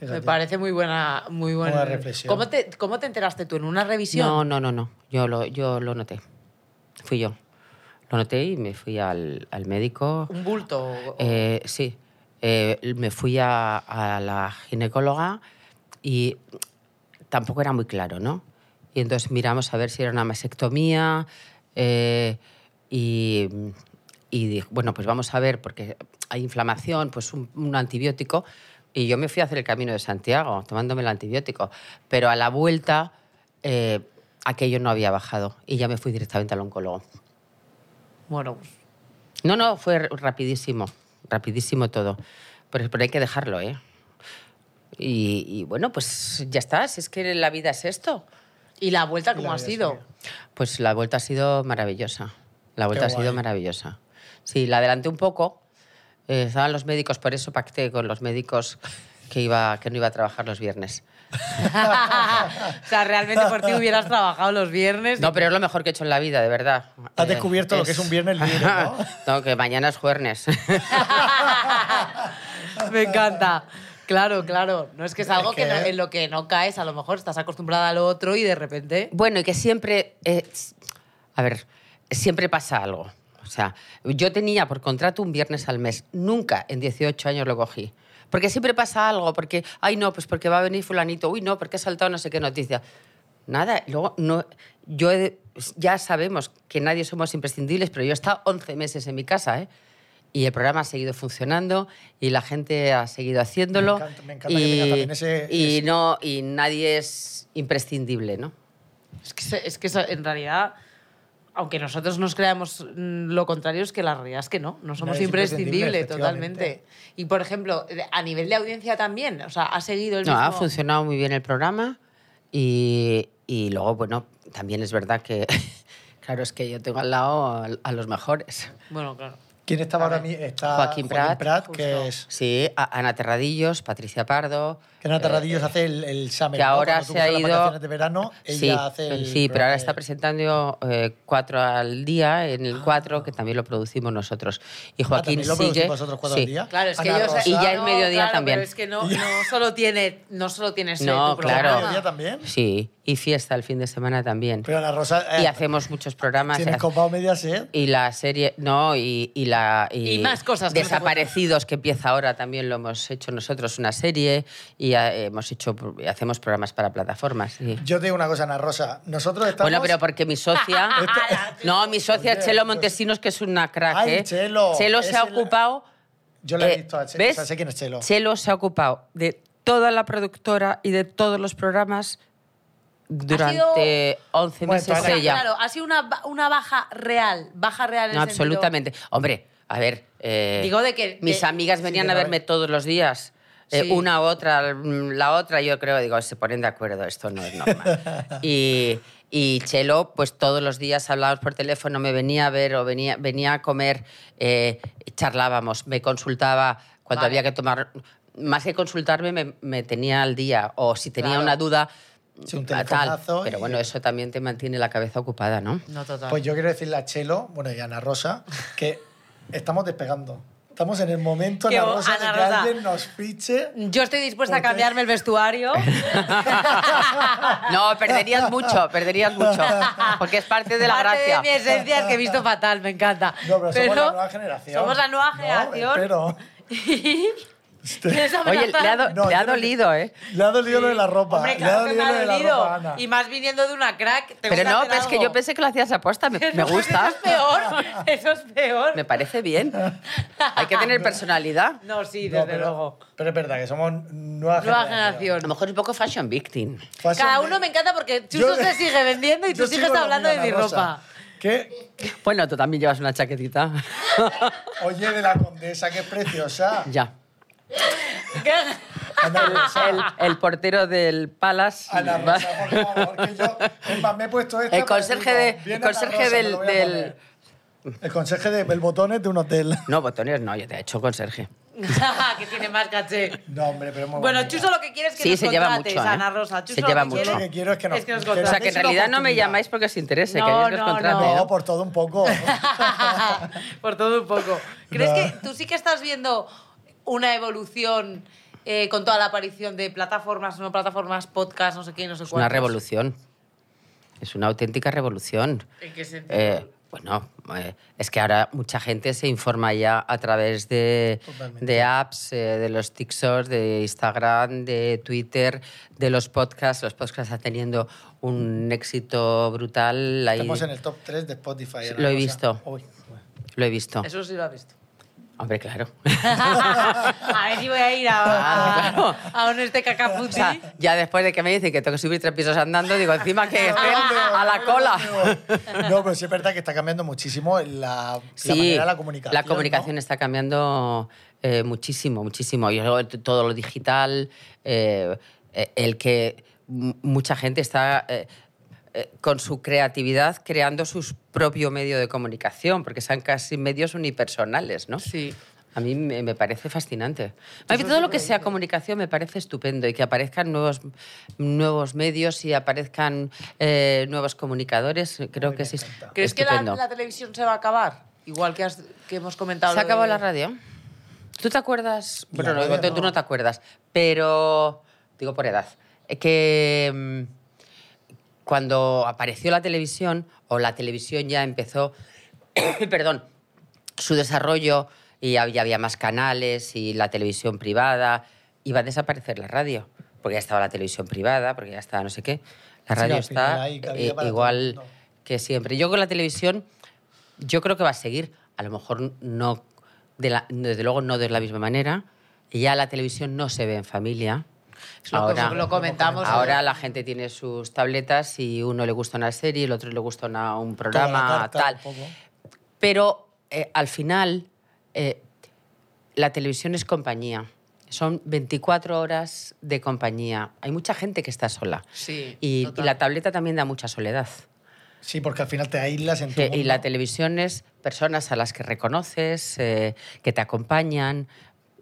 B: Fíjate.
C: Me parece muy buena, muy buena.
B: Buena reflexión.
C: ¿Cómo te, ¿Cómo te enteraste tú? ¿En una revisión?
D: No, no, no, no. Yo lo, yo lo noté. Fui yo. Lo noté y me fui al, al médico.
C: ¿Un bulto? o-
D: Eh, sí, Eh, me fui a, a la ginecóloga y tampoco era muy claro, ¿no? Y entonces miramos a ver si era una masectomía eh, y y dijo, bueno, pues vamos a ver, porque hay inflamación, pues un, un antibiótico. Y yo me fui a hacer el camino de Santiago, tomándome el antibiótico. Pero a la vuelta, eh, aquello no había bajado y ya me fui directamente al oncólogo.
C: Bueno, pues,
D: No, no, fue r- rapidísimo, rapidísimo todo. Pero, pero hay que dejarlo, ¿eh? Y, y bueno, pues ya está, si es que la vida es esto.
C: ¿y la vuelta cómo ha
B: vida
C: sido?
B: sigue.
D: Pues la vuelta ha sido maravillosa. La vuelta ha
B: Qué
D: sido
B: guay.
D: maravillosa. Sí, la adelanté un poco. Eh, estaban los médicos, por eso pacté con los médicos que, iba, que no iba a trabajar los viernes.
C: o sea, realmente por ti hubieras trabajado los viernes.
D: No, pero es lo mejor que he hecho en la vida, de verdad. Eh,
B: Has descubierto lo que es un viernes libre, ¿no?
D: no, que mañana es jueves.
C: Me encanta. Claro, claro. No es que es algo
B: Es
C: que no-
B: que-
C: en lo que no caes. A lo mejor estás acostumbrada a lo otro y de repente.
D: Bueno, y que siempre. eh, a ver, siempre pasa algo. O sea, yo tenía por contrato un viernes al mes. Nunca en 18 años lo cogí. Porque siempre pasa algo, porque, ay no, pues porque va a venir fulanito, uy no, porque ha saltado no sé qué noticia. Nada, luego no, yo he- ya sabemos que nadie somos imprescindibles, pero yo he estado 11 meses en mi casa, ¿eh? Y el programa ha seguido funcionando y la gente ha seguido haciéndolo.
B: Me encanta- me encanta que tengas también ese-
D: y
B: ese-
D: no, y nadie es imprescindible, ¿no?
C: Es que, se- es que se- en realidad, aunque nosotros nos creamos mm, lo contrario, es que la realidad es que no. No somos
B: es imprescindible,
C: imprescindibles
B: efectivamente.
C: totalmente. Y por ejemplo, de- a nivel de audiencia también. O sea, ha seguido el
D: No,
C: mismo.
D: ha funcionado muy bien el programa y, y luego, bueno, también es verdad que, claro, es que yo tengo al lado a, a los mejores.
C: Bueno, claro.
B: ¿Quién estaba ahora mismo? Está
D: Joaquín Prat,
B: que
C: justo.
B: es.
D: Sí, a- Ana Terradillos, Patricia Pardo.
B: Que Nata Radillos hace el, el summer.
D: Eh, que
B: ¿no?
D: ahora
B: Cuando tú
D: se ha
B: coges
D: ido-
B: Las vacaciones de verano, ella
D: sí,
B: hace el.
D: sí, pero ahora
B: programa
D: está
B: de-
D: presentando eh, cuatro al día en el cuatro, que también lo producimos nosotros. Y
B: Ah,
D: Joaquín
B: ¿también lo
D: sigue.
B: producís vosotros cuatro
D: sí.
B: al día?
C: Claro, es que
B: Ana
C: ellos.
B: Rosa.
D: Y ya es
C: No,
D: mediodía
C: claro,
D: también.
C: Pero es que no, no solo tiene, no solo tienes eh,
D: No,
C: tu
D: claro.
C: programa.
B: ¿Mediodía Ah, también?
D: Sí, y fiesta el fin de semana también.
B: Pero Ana Rosa. eh,
D: y hacemos muchos programas.
B: ¿Tienes copado media sed?
D: Y la serie, no, y, y la...
C: Y más cosas que no se
D: Desaparecidos, que empieza ahora, también lo hemos hecho nosotros, una serie, y eh, hemos hecho, hacemos programas para plataformas. sí.
B: Yo te digo una cosa, Ana Rosa. Nosotros estamos.
D: Bueno, pero porque mi socia... no, mi socia
B: Oye,
D: Chelo
B: pues-
D: Montesinos, que es una crack,
B: Ay,
D: ¿eh?
B: Chelo,
D: se
B: es
D: ha
B: el-
D: ocupado...
B: Yo la he
D: eh,
B: visto a Chelo.
D: ¿ves?
B: O sea, sé quién es Chelo.
D: Chelo se ha ocupado de toda la productora y de todos los programas durante 11
B: Bueno,
D: meses
B: toda la-
C: O sea,
D: ella.
C: Claro, ha sido una, ba- una baja real, baja real en
D: No,
C: el sentido-
D: absolutamente. Hombre, a ver. eh,
C: Digo de que-
D: Mis
C: de-
D: amigas venían
B: de
D: a
B: la-
D: verme todos los días. eh,
C: Sí.
D: Una, otra, mm, la otra. Yo creo, digo, se ponen de acuerdo, esto no es normal. y. Y Chelo, pues todos los días hablábamos por teléfono, me venía a ver o venía, venía a comer, eh, charlábamos, me consultaba cuando
C: Vale.
D: había que tomar, más que consultarme, me, me tenía al día o si tenía
C: Claro.
D: una duda,
B: Sí, un
D: a tal.
B: telefonazo
D: Pero
B: y-
D: bueno, eso también te mantiene la cabeza ocupada, ¿no?
C: No, total.
B: Pues yo quiero decirle a Chelo, bueno, y a Ana Rosa, que estamos despegando. Estamos en el momento,
C: Que
B: Ana
C: o-
B: Rosa,
C: Ana
B: de que
C: Rosa.
B: alguien nos fiche.
C: Yo estoy dispuesta a
B: Porque-
C: cambiarme el vestuario.
D: No, perderías mucho, perderías mucho. Porque es parte de la
C: Parte
D: gracia.
C: de mi esencia es que he visto fatal, me encanta.
B: No, pero somos la nueva generación.
C: Somos la nueva
B: No,
C: generación.
B: espero.
C: Tienes amenaza-
D: Oye, le ha, do-
B: No,
D: le ha
B: yo no-
D: dolido, ¿eh?
B: Le ha dolido lo de la ropa.
C: Hombre,
B: le ha
C: claro que
B: dolido
C: me
B: lo de
C: ha
B: la
C: dolido.
B: ropa, Ana.
C: Y más viniendo de una crack. te
D: Pero
C: gusta
D: no,
C: hacer
D: pero es que
C: algo.
D: yo pensé que lo hacías aposta. Me, me
C: No, pues
D: gusta.
C: Eso es peor. Eso es peor.
D: Me parece bien. Hay que tener personalidad.
C: No, sí,
B: No,
C: desde
B: pero-
C: luego.
B: Pero es verdad que somos nueva,
C: Nueva
D: A
C: generación.
D: lo mejor es un poco fashion victim.
B: Fashion
C: Cada
B: de-
C: uno me encanta porque Chuso
B: Yo-
C: se sigue vendiendo y
B: Yo
C: tú sigues
B: sigo
C: hablando de
B: dormida,
C: mi
B: Ana Rosa.
C: ropa.
B: Que,
D: Bueno, tú también llevas una chaquetita.
B: oye, de la condesa, que es preciosa.
D: ya.
C: ¿Qué?
B: Ana Rosa,
D: El, el portero del Palace.
B: Ana
D: va-
B: Rosa, por favor, que yo... Es más, me he puesto esta
D: el
B: para
D: conserje, de,
B: decir,
D: el
B: viene Ana
D: conserje
B: Rosa, me
D: del,
B: lo voy a
D: del...
B: poner. El conserje del el botones de un hotel.
D: No, botones no, yo te he hecho conserje.
C: que tiene más caché.
B: No, hombre, pero es muy
C: Bueno,
B: bonita.
C: Chuso lo que quieres es que
D: Sí,
C: nos
D: se lleva
C: contrates,
D: mucho, ¿eh?
C: Ana Rosa. Chuso
D: Se
C: lo
D: lleva
C: que
D: mucho.
C: quiere
D: Lo
B: que quiero es que nos-
C: es que nos
B: que nos-
D: O sea, que
B: Dadles
D: en
B: una
D: realidad no me
B: oportunidad.
D: llamáis porque os interese,
C: No,
D: queréis que os
C: no, no.
D: contrate,
B: No,
D: ¿no?
B: por todo un poco.
C: Por todo un poco. ¿Crees
B: No.
C: que tú sí que estás viendo una evolución eh, con toda la aparición de plataformas, no plataformas, podcast, no sé qué, no sé
D: Es una
C: cuántos?
D: revolución. Es una auténtica revolución.
C: ¿En qué sentido?
D: Eh, bueno, eh, es que ahora mucha gente se informa ya a través de,
B: Totalmente.
D: de apps, eh, de los TikToks, de Instagram, de Twitter, de los podcasts. Los podcasts están teniendo un éxito brutal. Ahí-
B: Estamos en el top 3 de Spotify. Ana
D: Lo he
B: Rosa.
D: visto.
B: Uy,
D: Lo he visto.
C: Eso sí lo has visto.
D: Hombre, claro.
C: a ver si voy a ir a, a, a un este cacafuti.
D: O sea, ya después de que me dicen que tengo que subir tres pisos andando, digo, encima que estén a la cola.
B: No, pero sí es verdad que está cambiando muchísimo la, la
D: Sí,
B: manera de la comunicación.
D: la comunicación
B: ¿no?
D: está cambiando eh, muchísimo, muchísimo. Y luego t- todo lo digital, eh, eh, el que m- mucha gente está eh, eh, con su creatividad creando su propio medio de comunicación, porque son casi medios unipersonales, ¿no?
C: Sí.
D: A mí me me parece fascinante. A mí todo lo que sea comunicación me parece estupendo y que aparezcan nuevos, nuevos medios y aparezcan eh, nuevos comunicadores, creo que sí.
C: ¿Crees que la,
D: estupendo.
C: la televisión se va a acabar? Igual que, has- que hemos comentado.
D: Se ha
C: lo
D: acabado
C: de-
D: la radio. ¿Tú te acuerdas?
B: La
D: Bueno, no,
B: radio
D: tú- tú
B: no.
D: no te acuerdas, pero digo por edad. eh, Que mm, cuando apareció la televisión, o la televisión ya empezó, perdón, su desarrollo y ya había más canales y la televisión privada, iba a desaparecer la radio, porque ya estaba la televisión privada, porque ya estaba no sé qué. La
B: Sí,
D: radio
B: al final
D: está
B: hay cabida
D: eh,
B: para
D: igual
B: todo el mundo.
D: que siempre. Yo con la televisión, yo creo que va a seguir. A lo mejor no, de la- desde luego no de la misma manera. Ya la televisión no se ve en familia.
C: Es lo que- lo comentamos.
D: Ahora la gente tiene sus tabletas y uno le gusta una serie, el otro le gusta una- un
B: Toda la
D: programa,
B: carta,
D: tal.
B: un poco.
D: Pero eh, al final, eh, la televisión es compañía. Son 24 horas de compañía. Hay mucha gente que está sola.
C: Sí,
D: Y, y
C: total.
D: la tableta también da mucha soledad.
B: Sí, porque al final te aíslas en tu
D: Que- y
B: mundo.
D: la televisión es personas a las que reconoces, eh, que te acompañan.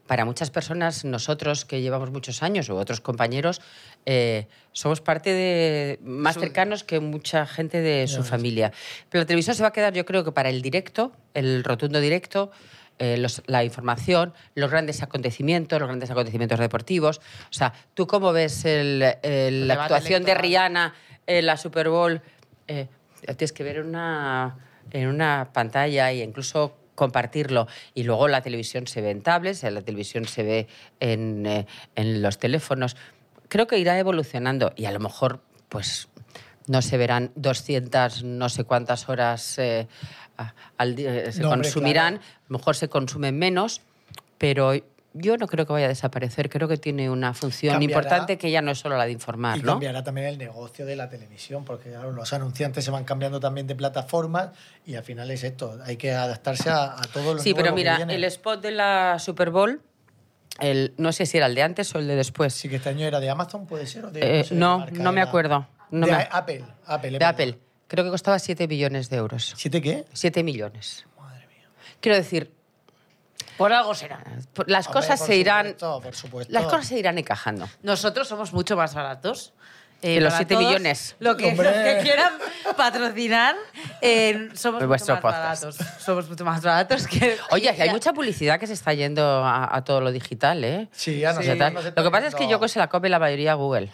D: Para muchas personas, nosotros que llevamos muchos años u otros compañeros, eh, somos parte de más
C: Su-
D: cercanos que mucha gente de su familia. Pero la televisión se va a quedar, yo creo que para el directo, el rotundo directo, eh, los- la información, los grandes acontecimientos, los grandes acontecimientos deportivos. O sea, ¿tú cómo ves el- el- la
C: debate
D: actuación de
C: electoral.
D: Rihanna? Ana, eh, la Super Bowl, eh, la tienes que ver en una, en una pantalla e incluso compartirlo. Y luego la televisión se ve en tablets, la televisión se ve en, eh, en los teléfonos. Creo que irá evolucionando y a lo mejor, pues, no se verán 200, no sé cuántas horas eh, a- al día, eh, se
B: No, hombre,
D: consumirán, a lo mejor se consumen menos, pero yo no creo que vaya a desaparecer, creo que tiene una función
B: Cambiará.
D: importante que ya no es solo la de informar,
B: Y
D: ¿no?
B: cambiará también el negocio de la televisión, porque claro, los anunciantes se van cambiando también de plataformas y al final es esto, hay que adaptarse a, a todo lo
D: Sí,
B: nuevo
D: pero
B: que
D: mira,
B: viene.
D: el spot de la Super Bowl, el, no sé si era el de antes o el de después.
B: Sí, que este año era de Amazon, puede ser. ¿O de,
D: Eh,
B: sé de
D: no,
B: qué marca
D: no me
B: era.
D: acuerdo. No
B: de
D: me-
B: Apple. Apple es
D: de
B: verdad.
D: Apple. Creo que costaba 7 billones de euros.
B: ¿Siete qué?
D: 7 millones.
B: Madre mía.
D: Quiero decir,
C: Por algo será.
D: por- las
B: Hombre,
D: cosas
B: por
D: se irán.
B: supuesto, por supuesto.
D: Las cosas se irán encajando.
C: Nosotros somos mucho más baratos. Eh,
D: Que los
C: para
D: siete
C: todos,
D: millones.
C: Lo que,
B: Hombre.
C: los que quieran patrocinar, eh, somos
D: De
C: mucho
D: vuestro
C: más
D: podcast.
C: baratos. Somos mucho más baratos que.
D: Oye, que hay mucha publicidad que se está yendo a, a todo lo digital, ¿eh?
B: Sí, a nosotros
D: Digital.
B: nos está
D: Lo que pasa es que
B: yendo-
D: yo que se la copio la mayoría a Google.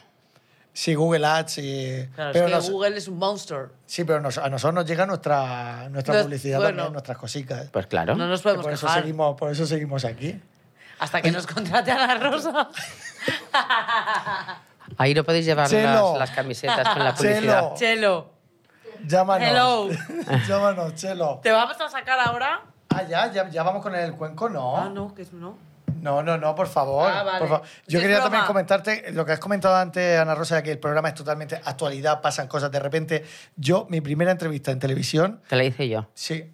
B: Sí, Google Ads. y-
C: Claro,
B: pero
C: es que
B: nos-
C: Google es un monster.
B: Sí, pero nos- a nosotros nos llega nuestra, nuestra
C: Nos-
B: publicidad
C: bueno.
B: también, nuestras cositas.
D: Pues claro.
C: No nos
B: Que
C: podemos
B: por, eso
C: quejar
B: seguimos, por eso seguimos aquí.
C: hasta que nos contrate a la Rosa.
D: Ahí no podéis llevar
B: Chelo.
D: las, las camisetas con la
B: Chelo.
D: publicidad.
C: Chelo,
B: Llámanos.
C: Hello.
B: Llámanos, Chelo.
C: ¿te vamos a sacar ahora?
B: Ah, ya, ya, ya vamos con el cuenco, no.
C: Ah, no, que es no.
B: No, no, no, por favor.
C: Ah, vale.
B: por favor. Yo
C: Es
B: quería también
C: broma.
B: comentarte lo que has comentado antes, Ana Rosa, que el programa es totalmente actualidad, pasan cosas de repente. Yo, mi primera entrevista en televisión,
D: Te la hice yo.
B: sí,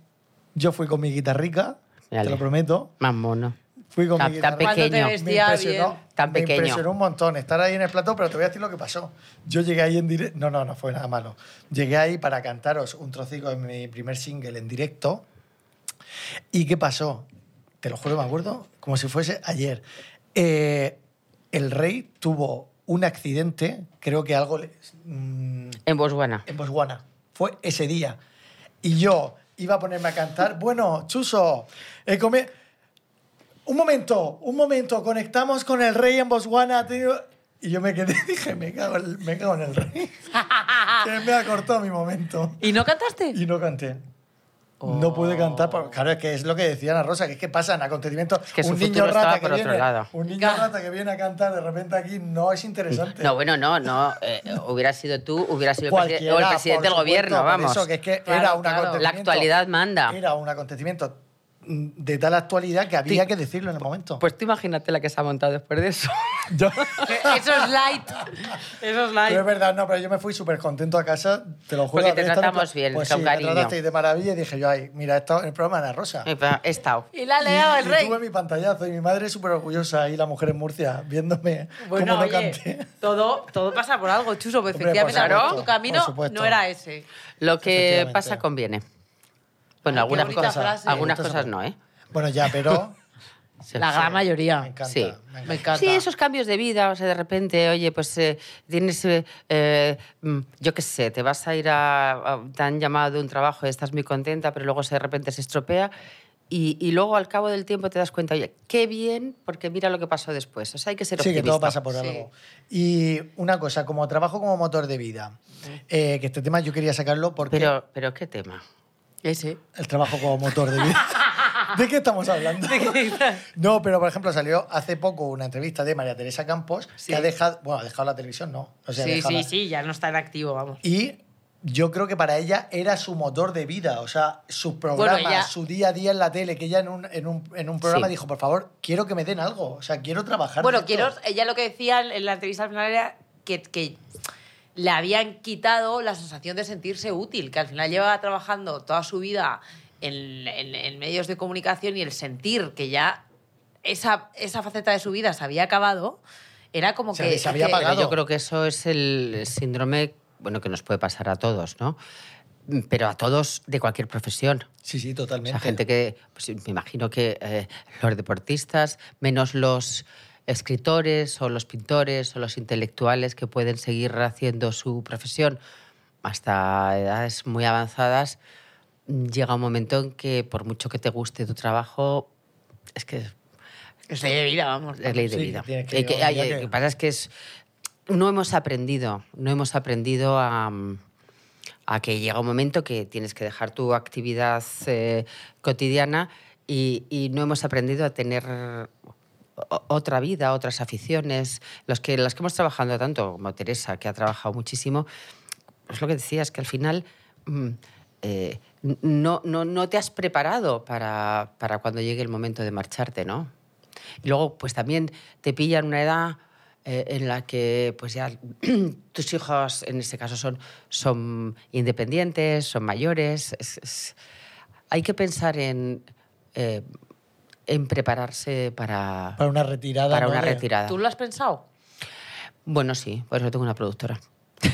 B: yo fui con mi guitarrica,
D: Dale.
B: te lo prometo.
D: Más mono.
B: Fui con
D: Tan-
B: mi
D: tan
B: guitarra.
D: pequeño. Cuando te
C: vestía
B: me impresionó,
C: bien.
D: Tan
B: me
D: pequeño.
B: impresionó un montón estar ahí en el plató, pero te voy a decir lo que pasó. Yo llegué ahí en directo. No, no, no fue nada malo. Llegué ahí para cantaros un trocico de mi primer single en directo. ¿Y qué pasó? Te lo juro, me acuerdo, como si fuese ayer. Eh, el rey tuvo un accidente, creo que algo. le- mm,
D: En Botswana.
B: en Botswana. Fue ese día. Y yo iba a ponerme a cantar, bueno, Chuso, he comido... Un momento, un momento, conectamos con el rey en Botswana. ha tenido-". Y yo me quedé, dije, me cago, en- me cago en el rey. que me ha cortado mi momento.
C: ¿Y no cantaste?
B: Y no canté.
D: o-
B: No pude cantar, por- claro, es que es lo que decía Ana Rosa, que es que pasan acontecimientos.
D: Es que su
B: un niño
D: futuro estaba
B: rata que
D: por otro
B: viene,
D: lado.
B: un niño rata que viene a cantar de repente aquí no es interesante.
D: No, bueno, no, no. eh, hubiera sido tú, hubiera sido el, presi-
B: Cualquiera,
D: o el presidente
B: por
D: del
B: supuesto,
D: gobierno,
B: por
D: vamos.
B: Eso, que es que
C: Claro,
B: era un
C: claro. La
D: La
B: acontecimiento.
D: actualidad manda.
B: Era un acontecimiento mm, de tal actualidad que había que decirlo en el momento.
D: Pues tú imagínate la que se ha montado después de eso.
B: Yo-
C: Eso es light. Eso es
B: pero es
C: light.
B: verdad, no, pero yo me fui súper contento a casa, te lo juro.
D: Porque te
B: había estado-
D: tratamos bien,
B: pues
D: con
B: sí,
D: cariño.
B: Me tratasteis de maravilla y dije yo, ay, mira, esto en el programa de Ana Rosa.
D: Eh, He estado.
C: Y la ha
B: Y-
C: leído el
B: y
C: rey.
B: tuve mi pantallazo y mi madre súper orgullosa y la mujer en Murcia viéndome
C: Bueno,
B: cómo no
C: oye,
B: canté.
C: todo, todo pasa por algo, Chuso. pero
B: por
C: Efectivamente, a lo mejor
B: supuesto,
C: tu camino
B: por supuesto.
C: no era ese.
D: Lo que
B: Efectivamente.
D: pasa conviene.
C: Ay,
D: Bueno,
C: qué
D: algunas
C: bonita
D: cosas,
C: frase.
D: algunas
B: Esto es
D: cosas
B: amor.
D: no, ¿eh?
B: Bueno, ya, pero
D: Sí.
C: La gran
B: me
C: mayoría.
B: encanta.
D: Sí.
B: me encanta.
C: Me encanta.
D: Sí, esos cambios de vida, o sea, de repente, oye, pues eh, tienes, eh, eh, mm, yo qué sé, te vas a ir a, a- te han llamado de un trabajo y estás muy contenta, pero luego se- de repente se estropea y, y luego al cabo del tiempo te das cuenta, oye, qué bien, porque mira lo que pasó después. O sea, hay que ser
B: Sí,
D: optimista.
B: que todo pasa por
C: Sí.
B: algo. Y una cosa, como trabajo como motor de vida, eh, que este tema yo quería sacarlo porque
D: Pero, pero qué tema.
C: Ese.
B: el trabajo como motor de vida. ¿De qué estamos hablando? No, pero por ejemplo salió hace poco una entrevista de María Teresa Campos
C: Sí.
B: que ha dejado, bueno, ha dejado la televisión, no. O sea, ha
C: sí,
B: dejado
C: sí,
B: la-
C: sí, ya no está en activo, vamos.
B: Y yo creo que para ella era su motor de vida, o sea, su programa,
C: ella-
B: su día a día en la tele, que ella en un, en un, en un programa
D: Sí.
B: dijo, por favor, quiero que me den algo, o sea, quiero trabajar.
C: Bueno,
B: de
C: quiero,
B: esto".
C: ella lo que decía en la entrevista al final era que, que le habían quitado la sensación de sentirse útil, que al final llevaba trabajando toda su vida en, en- en medios de comunicación y el sentir que ya esa, esa faceta de su vida se había acabado, era como
B: Se
C: que...
B: había- se había
C: que-
B: apagado.
D: Pero yo creo que eso es el síndrome, bueno, que nos puede pasar a todos, ¿no? Pero a todos de cualquier profesión.
B: Sí, sí,
D: O
B: totalmente.
D: sea, gente que, pues, me imagino que eh, los deportistas, menos los escritores o los pintores o los intelectuales que pueden seguir haciendo su profesión hasta edades muy avanzadas, mm, llega un momento en que por mucho que te guste tu trabajo, es que
C: Es ley de vida, vamos.
D: es ley de
B: Sí,
D: vida.
B: tienes que
D: Eh, que-
B: llegar un
D: ay,
B: día
D: eh,
B: que-
D: Lo que pasa es que es- no hemos aprendido, no hemos aprendido a, mm, a que llega un momento que tienes que dejar tu actividad eh, cotidiana y, y no hemos aprendido a tener o- otra vida, otras aficiones. Los que, las que hemos trabajado tanto, como Teresa, que ha trabajado muchísimo, es lo que decías, que al final mm, eh, n- no, no, no te has preparado para, para cuando llegue el momento de marcharte, ¿no? Y luego, pues también te pillan una edad eh, en la que pues ya tus hijos, en este caso, son, son independientes, son mayores. Es- es- hay que pensar en, eh, en prepararse para,
B: Para una retirada.
D: para
B: ¿no?
D: una
B: de-
D: retirada.
C: ¿Tú lo has pensado?
D: Bueno, sí, por eso tengo una productora.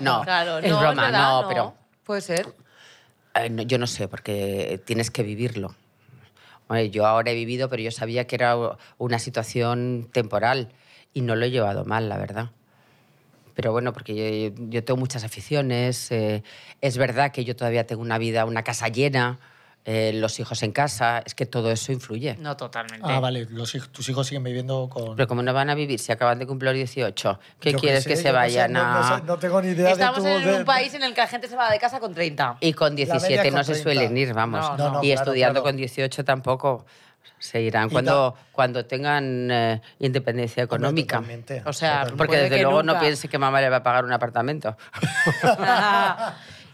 D: no,
C: Ah. Claro,
D: es
C: no,
D: broma,
C: verdad,
D: no, pero
C: Puede ser.
D: eh, no, yo no sé, porque tienes que vivirlo. Hombre, yo ahora he vivido, pero yo sabía que era una situación temporal y no lo he llevado mal, la verdad. Pero bueno, porque yo, yo tengo muchas aficiones. eh, es verdad que yo todavía tengo una vida, una casa llena, eh, los hijos en casa. Es que todo eso influye.
C: No, totalmente.
B: Ah, vale, los hij- tus hijos siguen viviendo con...
D: Pero como no van a vivir si acaban de cumplir 18, ¿qué
B: Yo qué
D: quieres
B: sé,
D: que
B: yo
D: se
B: no sé,
D: vayan
B: no, no
D: a...?
B: sé, no tengo ni idea
C: Estamos
B: de tu...
C: en
B: de-
C: un país en el que la gente se va de casa con 30.
D: Y con
B: media es
D: 17 no
B: con
D: se
B: 30.
D: suelen ir, vamos.
C: No,
B: no, no,
D: y
B: claro,
D: estudiando
B: claro.
D: con 18 tampoco se irán
B: Y
D: cuando, cuando tengan eh, independencia
B: Hombre,
D: económica.
B: totalmente,
C: O sea,
B: totalmente.
D: Porque
C: Puede
D: desde
C: que
D: luego no
C: nunca.
D: piense que mamá le va a pagar un apartamento.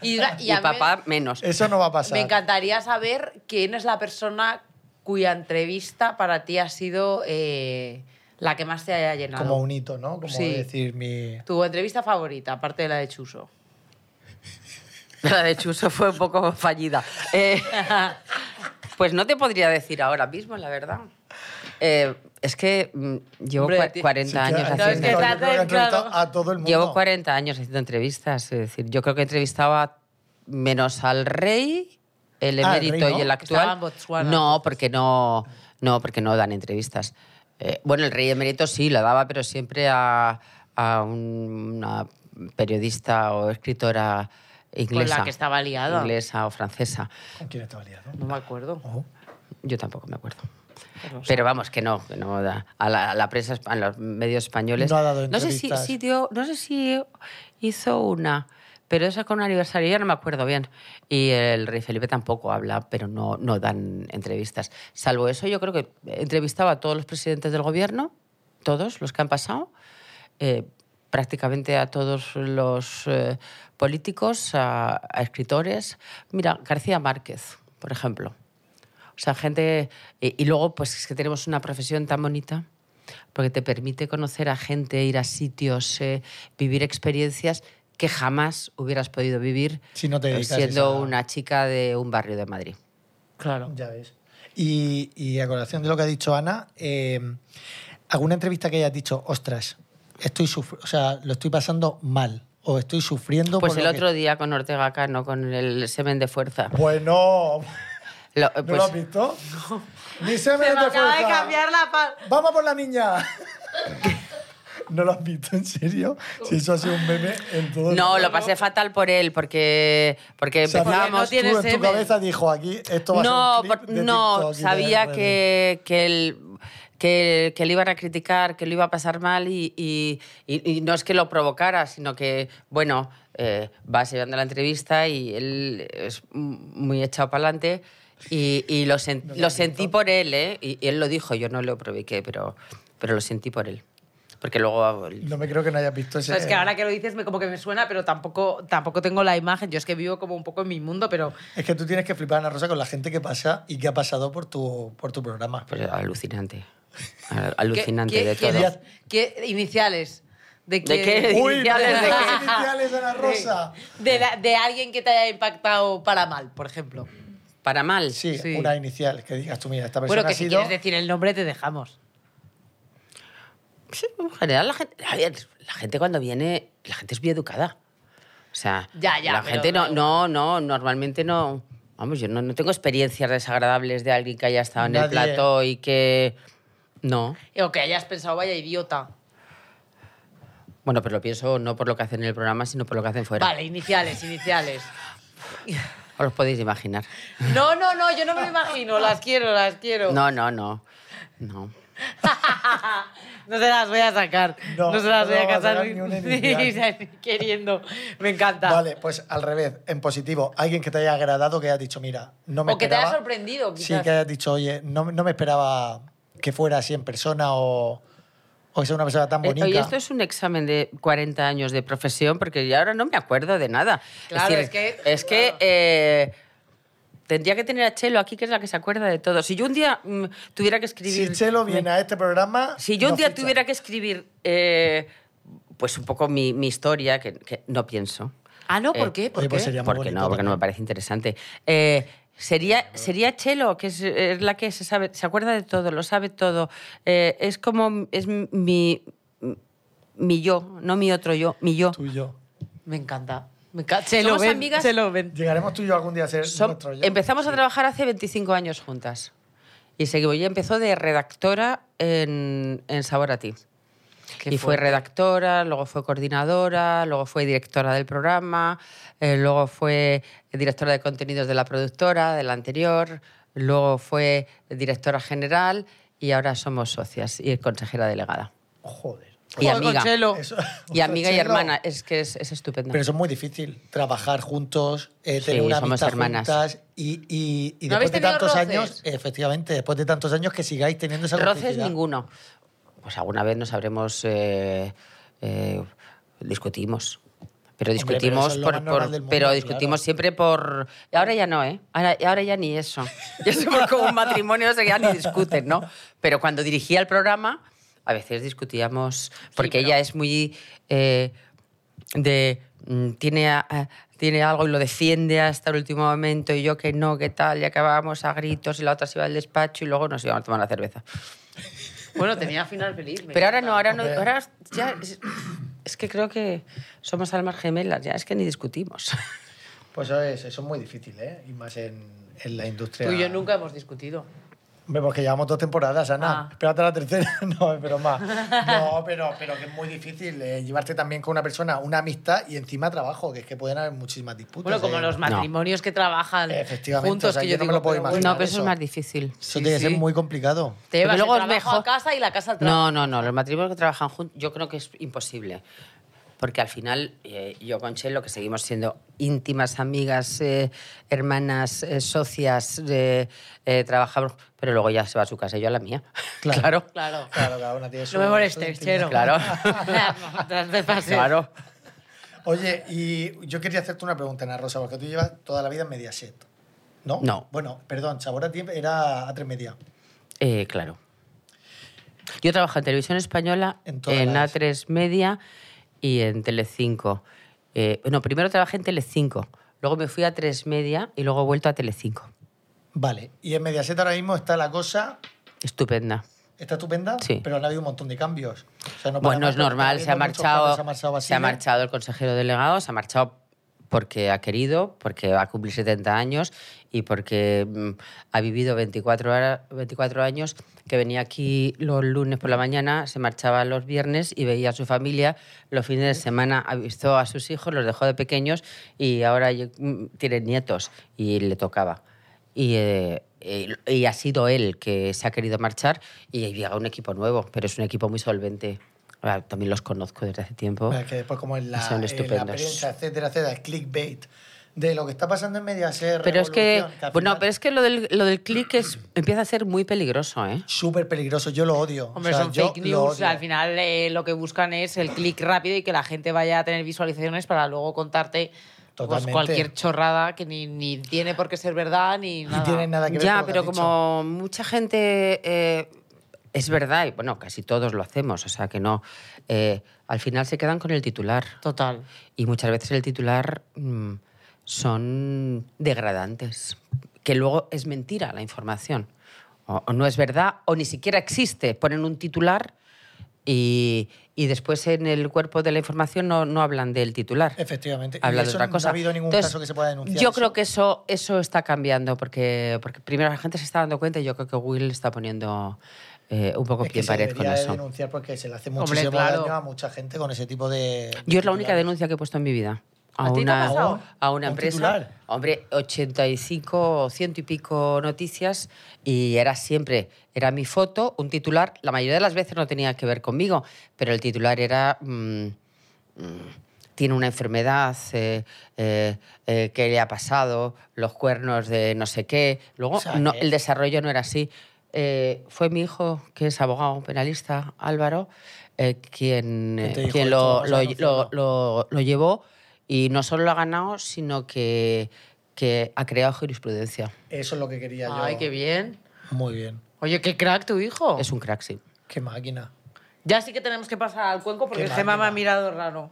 C: y,
D: Y,
C: a mí-
D: papá menos.
B: Eso no va a pasar.
C: Me encantaría saber quién es la persona cuya entrevista para ti ha sido eh, la que más te haya llenado.
B: Como un hito, ¿no? Como
C: Sí.
B: decir mi...
C: Tu entrevista favorita, aparte de la de Chuso.
D: La de Chuso fue un poco fallida. Eh, pues no te podría decir ahora mismo, la verdad. Eh, es que mm, llevo
C: Hombre,
D: cua-
C: ti-
D: 40
B: Sí,
D: años
B: claro,
C: haciendo-
B: yo
C: Es que
B: creo
C: te
D: haciendo...
B: que he
C: haces,
B: entrevistado
C: claro.
B: a todo el mundo.
D: Llevo 40 años haciendo entrevistas. Es decir, yo creo que entrevistaba menos al rey, el
B: Ah, el rey,
D: emérito
B: ¿no?
D: y el
B: Que
C: estaba
D: actual.
C: en Botsuana,
D: no, porque no, no, porque no dan entrevistas. Eh, bueno, el rey emérito sí la daba, pero siempre a, a un- una periodista o escritora inglesa.
C: Con la que estaba liada.
D: Inglesa o francesa.
B: ¿Con quién estaba liado?
C: No me acuerdo.
B: Ojo.
D: Yo tampoco me acuerdo.
C: Pero, o sea,
D: Pero vamos, que no, que no da. A la, a la prensa, espa- a los medios españoles.
B: No ha dado
D: sé si,
B: entrevistas.
D: si dio- no sé si hizo una, Pero eso con un aniversario, ya no me acuerdo bien. Y el rey Felipe tampoco habla, pero no, no dan entrevistas. Salvo eso, yo creo que entrevistaba a todos los presidentes del gobierno, todos los que han pasado, eh, prácticamente a todos los eh, políticos, a, a escritores. Mira, García Márquez, por ejemplo. O sea, gente... Y, y luego, pues es que tenemos una profesión tan bonita porque te permite conocer a gente, ir a sitios, eh, vivir experiencias que jamás hubieras podido vivir
B: Si no te
D: eh,
B: dedicas
D: siendo
B: a-
D: una chica de un barrio de Madrid.
C: Claro.
B: Ya ves. Y, y a colación de lo que ha dicho Ana, eh, ¿alguna entrevista que hayas dicho, ostras, estoy suf- o sea, lo estoy pasando mal o estoy sufriendo?
D: Pues
B: por
D: el
B: lo que-
D: otro día con Ortega Cano, con el semen de fuerza.
B: Bueno,
D: Lo- eh,
B: ¿no
D: pues,
B: lo has visto? Ni se me
C: Se me
B: mete
C: acaba de
B: fuerza.
C: cambiar la pa-
B: ¡Vamos por la niña! ¿No lo has visto en serio? Si eso ha sido un meme en todo el
D: no, lo
B: mundo.
D: pasé fatal por él, porque, porque
B: Sabía-
D: empezábamos...
C: no tiene
B: tú en tu
C: semen.
B: cabeza dijo aquí, esto va a ser un
D: No,
B: clip
D: por-
B: de
D: no,
B: TikTok y de
D: sabía
B: redes.
D: que, que, el- que, que le iban a criticar, que lo iba a pasar mal y, y- y- y no es que lo provocara, sino que, bueno, eh, vas llevando la entrevista y él es m- muy echado para adelante y, y lo, sen- lo sentí por él, ¿eh? Y, y él lo dijo, yo no lo provoqué, pero, pero lo sentí por él. Porque luego...
B: No me creo que no hayas visto ese...
D: Pues
C: No, es que ahora que lo dices me, como que me suena, pero tampoco, tampoco tengo la imagen. Yo es que vivo como un poco en mi mundo, pero
B: Es que tú tienes que flipar, Ana Rosa, con la gente que pasa y que ha pasado por tu, por tu programa.
D: Pues alucinante. Al-
C: ¿qué-
D: Alucinante
C: qué-
D: de
C: qué-
D: todo.
C: qué- iniciales. ¿De,
D: ¿De
C: quién?
D: qué?
B: ¡Uy, no
D: Iniciales de
B: las
D: qué?
B: iniciales, Ana Rosa!
C: De, la- de alguien que te haya impactado para mal, por ejemplo.
B: Pues
D: Para mal.
B: Sí,
C: Sí.
B: una inicial, que digas tú, mira, esta persona
C: Bueno, que
B: ha
C: si
B: sido...
C: quieres decir el nombre te dejamos.
D: Sí, en general la gente, a ver, la gente cuando viene, la gente es bien educada. O sea,
C: Ya, ya,
D: la
C: pero-
D: gente no, no, no, normalmente no. Vamos, yo no, no tengo experiencias desagradables de alguien que haya estado en el
B: Nadie.
D: plato y que. No.
C: O que hayas pensado, vaya idiota.
D: Bueno, pero lo pienso no por lo que hacen en el programa, sino por lo que hacen fuera.
C: Vale, iniciales, iniciales.
D: Os los podéis imaginar.
C: No, no, no, yo no me lo imagino. Las quiero, las quiero.
D: No, no, no. No.
C: No se las voy a sacar. No,
B: No,
C: se las
B: no
C: voy a
B: vas a
C: casar
B: sacar ni una inicial.
C: queriendo. Me encanta.
B: Vale, pues al revés, en positivo, alguien que te haya agradado, que hayas dicho, mira, no me
C: O que te
B: esperaba...
C: haya sorprendido, quizás.
B: Sí, que hayas dicho, oye, no, no me esperaba que fuera así en persona o, o que sea una persona tan
D: Eh,
B: bonita.
D: Oye, esto es un examen de 40 años de profesión, porque ya ahora no me acuerdo de nada.
C: Claro,
D: decir,
C: es que-
D: es que,
C: claro.
D: eh, tendría que tener a Chelo aquí, que es la que se acuerda de todo. Si yo un día mm, tuviera que escribir.
B: Si Chelo viene a este programa...
D: Si yo un
B: nos
D: día
B: ficha.
D: tuviera que escribir, eh, pues un poco mi, mi historia, que, que no pienso.
C: Ah, no, ¿por
D: Eh,
C: qué? ¿Por
B: Oye, pues
C: qué?
B: sería muy
D: Porque
B: bonito
D: no, porque no me
B: también.
D: parece interesante. Eh, sería, sería Chelo, que es, es la que se sabe, se acuerda de todo, lo sabe todo. Eh, es como es mi, mi yo, no mi otro yo, mi yo.
B: Tú y yo.
C: Me encanta. Me encanta. Se lo
D: Somos
C: ven,
D: amigas-
C: se lo ven.
B: Llegaremos tú y yo algún día a ser
D: Som-
B: nuestro yo.
D: empezamos a trabajar hace 25 años juntas. Y seguimos. Ella empezó de redactora en, en Sabor a ti.
C: Qué
D: y fue
C: fuerte.
D: redactora, luego fue coordinadora, luego fue directora del programa, eh, luego fue directora de contenidos de la productora, de la anterior, luego fue directora general y ahora somos socias y consejera delegada.
B: Oh, Joder. Pues
D: Y
C: Joder,
D: amiga.
C: Conchelo.
B: Eso-
D: Y amiga y
B: Chelo.
D: hermana, es que es, es estupendo.
B: Pero eso es muy difícil, trabajar juntos, eh,
D: Sí,
B: tener una
D: somos
B: amistad
D: hermanas.
B: juntas y, y, y
C: ¿No habéis
B: después de
C: tenido
B: tantos
C: roces?
B: años, efectivamente, después de tantos años que sigáis teniendo esa
D: Roces
B: complicidad.
D: ninguno. Pues alguna vez nos habremos eh, eh, discutimos. Pero
B: Hombre, pero
D: discutimos,
B: eso es lo
D: por-
B: más
D: por-
B: normal del mundo,
D: pero
B: claro.
D: discutimos siempre por... Ahora ya no, ¿eh? Ahora, ahora ya ni eso. Ya sé por como un matrimonio, no sé, ya ni discuten, ¿no? Pero cuando dirigía el programa, a veces discutíamos, porque ella es muy... eh, de mm, tiene, a- a- tiene algo y lo defiende hasta el último momento y yo que no, que tal, y acabábamos a gritos y la otra se iba al despacho y luego nos íbamos a tomar la cerveza.
C: Bueno, tenía final feliz. me
D: Pero ahora no,
C: encanta.
D: ahora no,
B: Hombre.
D: ahora ya es, es que creo que somos almas gemelas, ya es que ni discutimos.
B: Pues eso es, eso es muy difícil, ¿eh? Y más en, en la industria.
C: Tú y yo nunca hemos discutido.
B: Hombre, porque llevamos dos temporadas, Ana.
C: Ah.
B: Espérate a la tercera. No, pero más. No, pero, pero que es muy difícil eh, llevarte también con una persona una amistad y encima trabajo, que es que pueden haber muchísimas disputas.
C: Bueno, como
B: eh.
C: los matrimonios que trabajan
B: Efectivamente,
C: juntos,
B: o sea,
C: que yo,
B: yo no me
C: digo,
B: lo puedo
C: pero bueno,
B: imaginar.
D: no, pero eso
B: eso.
D: es más difícil.
B: Eso
C: sí,
B: tiene que
C: sí.
B: ser muy complicado.
C: Te
D: Porque
C: llevas
D: luego
C: el
D: es
C: trabajo
D: mejor.
C: a casa y la casa al trabajo.
D: No, no, no, los matrimonios que trabajan juntos, yo creo que es imposible. porque al final eh, yo con Chelo, que seguimos siendo íntimas amigas, eh, hermanas, eh, socias, eh, eh, trabajamos, pero luego ya se va a su casa y yo a la mía.
B: Claro.
D: claro.
C: Claro.
B: Claro, cada una tiene su-
C: No me
B: su
C: molestes,
B: estilo.
C: chero.
D: Claro.
C: No te pases.
D: Claro.
B: Oye, y yo quería hacerte una pregunta, Ana Rosa, porque tú llevas toda la vida en Mediaset, ¿no?
D: No.
B: Bueno, perdón, Sabor a ti era a tres media.
D: Eh, claro. Yo trabajo en Televisión Española,
B: En
D: en,
B: todas las-
D: A3 Media y en Telecinco. Eh, bueno, primero trabajé en Telecinco, luego me fui a A3 Media y luego he vuelto a Telecinco.
B: Vale, y en Mediaset ahora mismo está la cosa,
D: Estupenda.
B: está estupenda,
D: Sí.
B: pero han habido un montón de cambios. O sea, no para
D: Bueno,
B: más,
D: es
B: pero está
D: normal, se ha,
B: habiendo muchos
D: marchado,
B: cambios, se ha marchado
D: se ha
B: Basile.
D: marchado el consejero delegado, se ha marchado porque ha querido, porque va a cumplir 70 años y porque mm, ha vivido 24, hora- 24 años, que venía aquí los lunes por la mañana, se marchaba los viernes y veía a su familia, los fines de semana ha visto a sus hijos, los dejó de pequeños y ahora lle- mm, tiene nietos y le tocaba. Y, eh, y- y ha sido él que se ha querido marchar y llega un equipo nuevo, pero es un equipo muy solvente. Ah, También los conozco desde hace tiempo.
B: Bueno, es que después como en la,
D: Son
B: en la
D: estupendos.
B: prensa, etcétera, etcétera, el clickbait de lo que está pasando en Mediaset.
D: Pero es que,
B: Revolución, al
D: bueno,
B: final
D: pero es que lo del, lo del clic es, empieza a ser muy peligroso, ¿eh?
B: súper peligroso, yo lo odio.
C: Hombre,
B: O sea,
C: son
B: yo
C: fake
B: lo
C: news.
B: odio.
C: Al final eh, lo que buscan es el clic rápido y que la gente vaya a tener visualizaciones para luego contarte pues,
B: Totalmente.
C: cualquier chorrada que ni, ni tiene por qué ser verdad ni
B: Y
C: nada.
B: tienen nada que ver
D: Ya,
B: con lo que
D: pero
B: has dicho.
D: como mucha gente eh, es verdad y bueno, casi todos lo hacemos, o sea que no. eh, al final se quedan con el titular
C: Total.
D: y muchas veces el titular mm, son degradantes, que luego es mentira la información o, o no es verdad o ni siquiera existe. Ponen un titular y, y después en el cuerpo de la información no, no hablan del titular.
B: Efectivamente.
D: habla
B: y
D: de
B: eso
D: otra
B: No
D: cosa.
B: ha habido ningún
D: Entonces,
B: caso que se pueda denunciar.
D: Yo
B: eso.
D: creo que eso, eso está cambiando, porque, porque primero la gente se está dando cuenta y yo creo que Will está poniendo eh, un poco
B: es que
D: pie en
B: se
D: pared con
B: debería de
D: eso.
B: denunciar porque se le hace muchísimo
C: claro.
B: daño a mucha gente con ese tipo de.
D: Yo es la única
B: titulares.
D: denuncia que he puesto en mi vida. A,
C: ¿A ti te ha
D: una,
C: pasado?
D: a una
B: ¿Un
D: empresa.
B: titular?
D: Hombre, 85 o ciento y pico noticias y era siempre, era mi foto, un titular. La mayoría de las veces no tenía que ver conmigo, pero el titular era... mm, mm, tiene una enfermedad, eh, eh, eh, qué le ha pasado, los cuernos de no sé qué. Luego,
B: O sea,
D: no,
B: que-
D: el desarrollo no era así. Eh, fue mi hijo, que es abogado penalista, Álvaro, eh,
B: ¿Quién
D: quien,
B: te
D: eh,
B: dijo
D: quien
B: esto?
D: lo,
B: Vamos a
D: lo-
B: denunciarlo.
D: lo- lo- lo llevó y no solo lo ha ganado, sino que, que ha creado jurisprudencia.
B: Eso es lo que quería yo.
C: Ay, qué bien.
B: Muy bien.
C: Oye, qué crack tu hijo.
D: Es un crack, sí.
B: Qué máquina.
C: Ya sí que tenemos que pasar al cuenco porque
B: Qué
C: Gemma me ha
B: máquina.
C: mirado raro.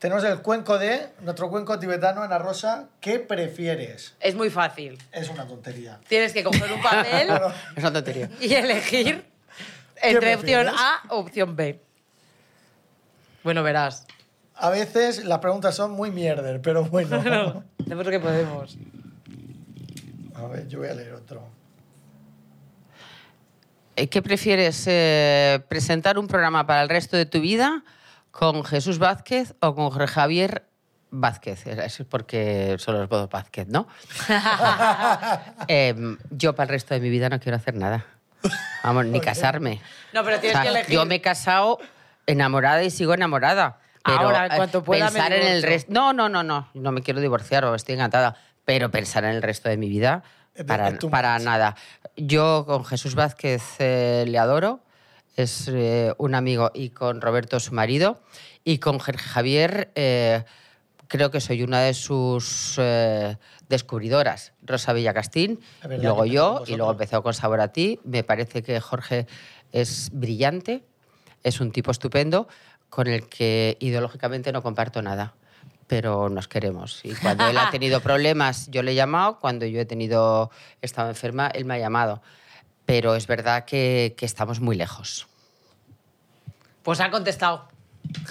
B: Tenemos el cuenco de nuestro cuenco tibetano, Ana Rosa. ¿Qué prefieres?
C: Es muy fácil.
B: Es una tontería.
C: Tienes que coger un papel
D: Es una tontería.
C: y elegir entre opción
B: prefieres?
C: A o opción B. Bueno, verás.
B: A veces las preguntas son muy mierder, pero bueno.
C: Hacemos lo que podemos.
B: A ver, yo voy a leer otro.
D: Eh, ¿Qué prefieres, eh, presentar un programa para el resto de tu vida con Jesús Vázquez o con Javier Vázquez? Era- Es porque son los dos Vázquez, ¿no? Em, yo para el resto de mi vida no quiero hacer nada. Vamos, ni casarme.
C: No, pero tienes
D: O sea,
C: que elegir.
D: Yo me he casado enamorada y sigo enamorada. Pero
C: Ahora, en
D: eh,
C: cuanto pueda, me
D: pensar en el
C: divorcio.
D: resto. No, no, no, no. No me quiero divorciar o estoy encantada. Pero pensar en el resto de mi vida,
B: Es de- es
D: para,
B: too
D: para
B: much.
D: nada. Yo con Jesús Vázquez eh, le adoro. Es eh, un amigo. Y con Roberto, su marido. Y con Ger- Javier. eh, Creo que soy una de sus eh, descubridoras, Rosa Villacastín,
B: Es verdad que empezó
D: luego
B: con
D: yo y
B: vosotros.
D: luego empezó con Sabor a ti. Me parece que Jorge es brillante, es un tipo estupendo con el que ideológicamente no comparto nada, pero nos queremos. Y cuando él ha tenido problemas, yo le he llamado, cuando yo he tenido he estado enferma, él me ha llamado. Pero es verdad que, que estamos muy lejos.
C: Pues ha contestado.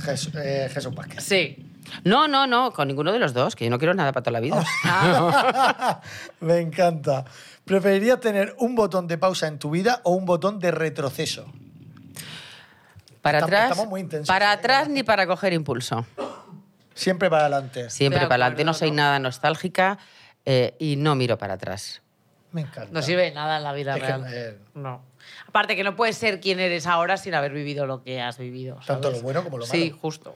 B: Jes- eh, Jesús Vázquez.
C: Sí.
D: No, no, no, con ninguno de los dos, que yo no quiero nada para toda la vida.
B: Oh. Me encanta. ¿Preferirías tener un botón de pausa en tu vida o un botón de retroceso?
D: Para
B: Estamos-
D: atrás,
B: estamos muy intensos,
D: para
B: ¿eh?
D: atrás ni para coger impulso.
B: Siempre para adelante.
D: Siempre
C: Estoy de
D: para adelante, no
C: acuerdo,
D: soy
C: ¿no?
D: nada nostálgica eh, y no miro para atrás.
B: Me encanta.
C: No sirve de nada en la vida
B: Es que,
C: real.
B: eh,
C: No. Aparte que no puedes ser quien eres ahora sin haber vivido lo que has vivido. ¿sabes?
B: Tanto lo bueno como lo
C: Sí,
B: malo.
C: justo.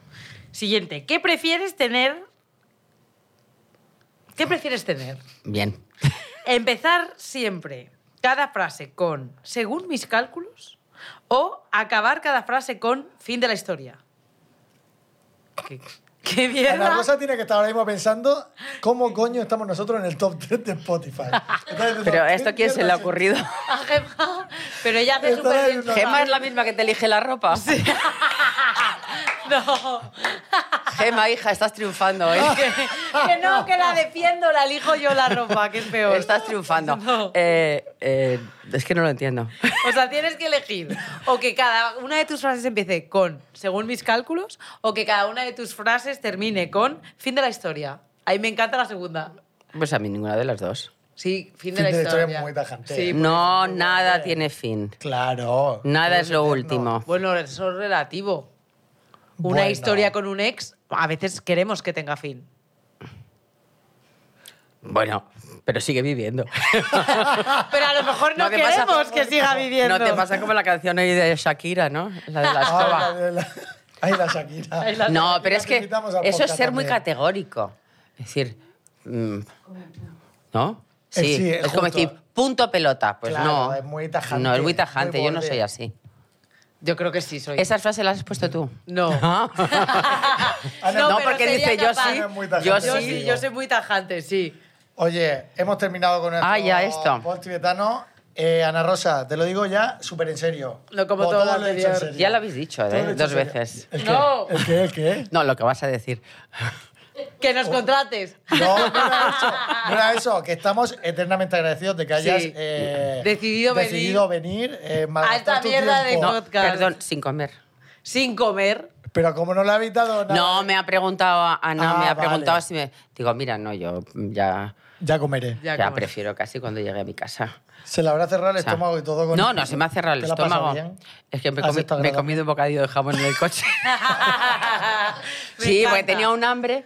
C: Siguiente. ¿Qué prefieres tener? ¿Qué prefieres tener?
D: Bien.
C: Empezar siempre cada frase con según mis cálculos o acabar cada frase con fin de la historia. ¿Qué, qué
B: Ana
C: mierda?
B: Rosa tiene que estar ahora mismo pensando cómo coño estamos nosotros en el top 3 de Spotify. Está diciendo,
D: Pero
B: "¿Qué
D: esto quién se le
B: mierda
D: ha
B: es
D: ocurrido.
C: A Gemma, pero ella hace
B: Está
C: súper
B: en
C: bien.
B: una-
C: su
D: Gema es la
C: trabajo.
D: misma que te elige la ropa.
C: No,
D: Gema, hija, estás triunfando ¿eh? hoy.
C: que no, que la defiendo, la elijo yo la ropa, que es peor.
D: Estás triunfando.
C: No.
D: Eh, eh, es que no lo entiendo.
C: O sea, tienes que elegir o que cada una de tus frases empiece con según mis cálculos o que cada una de tus frases termine con fin de la historia. Ahí me encanta la segunda.
D: Pues a mí ninguna de las dos.
C: Sí, fin de la
B: Fin de la
C: historia.
B: historia es muy tajante.
C: Sí,
D: No, nada tiene fin.
B: Claro.
D: Nada
B: Todo
D: es lo
B: eterno.
D: último.
C: Bueno, eso es relativo. Una
B: Bueno.
C: historia con un ex, a veces queremos que tenga fin.
D: Bueno, pero sigue viviendo.
C: Pero a lo mejor no,
D: te pasa-
C: queremos que siga viviendo.
D: No te pasa como la canción hoy de Shakira, ¿no? La de la
B: Ah,
D: escoba.
B: la de la- Ay, la Shakira.
C: Ay, la-
D: No, pero
B: Te
D: es que
B: invitamos al
D: eso es
B: podcast
D: ser muy
B: también.
D: categórico. Es decir, mm, ¿no?
B: Eh,
D: Sí,
B: sí,
D: es como
B: justo.
D: decir, punto pelota. Pues
B: Claro,
D: no.
B: es muy tajante,
D: No, es muy tajante,
B: muy
D: yo no
B: borde.
D: soy así.
C: Yo creo que sí soy.
D: Esas frases las has puesto tú.
C: No.
B: Ana,
D: No,
C: pero
D: porque
C: sería
D: dice, yo
C: capaz.
D: sí,
B: Es muy tajante,
D: yo
C: Yo
B: sí.
D: sí.
C: sí, yo soy muy tajante, sí.
B: Oye, hemos terminado con nuestro
D: Ah, ya, esto.
B: post tibetano. Eh, Ana Rosa, te lo digo ya súper en serio.
C: No como
B: O
C: todo lo
B: lo he dicho en
C: anterior.
B: serio.
D: Ya lo habéis dicho,
B: Todo lo he
D: ¿eh?
B: dicho
D: Dos
B: en serio.
D: veces.
B: ¿El qué?
C: No.
B: ¿El qué? ¿El qué?
D: No, lo que vas a decir.
C: Que nos contrates.
B: No, no era eso. No era eso, que estamos eternamente agradecidos de que hayas
C: Sí.
B: eh,
C: Decidido venir.
B: decidido venir, eh,
C: A esta
B: malgastar tu
C: mierda de
B: tiempo.
C: co- Podcast.
D: Ah, Perdón, sin comer.
C: Sin comer.
B: Pero como no le habéis dado nada,
D: No, me ha preguntado a- Ana,
B: Ah,
D: me ha
B: vale.
D: preguntado si me... Digo, mira, no, yo ya,
B: ya comeré.
C: Ya,
D: ya,
C: como-
D: prefiero casi cuando llegue a mi casa.
B: Se le habrá cerrado el
D: O sea,
B: estómago y todo con
D: No, no, se me ha cerrado el
B: ¿Te lo has pasado
D: estómago.
B: bien?
D: Es que me, he
B: Has
D: comi-
B: estado
D: me he
B: agradable.
D: comido un bocadillo de jamón en el coche.
C: Me
D: sí, porque
C: encanta.
D: tenía un hambre.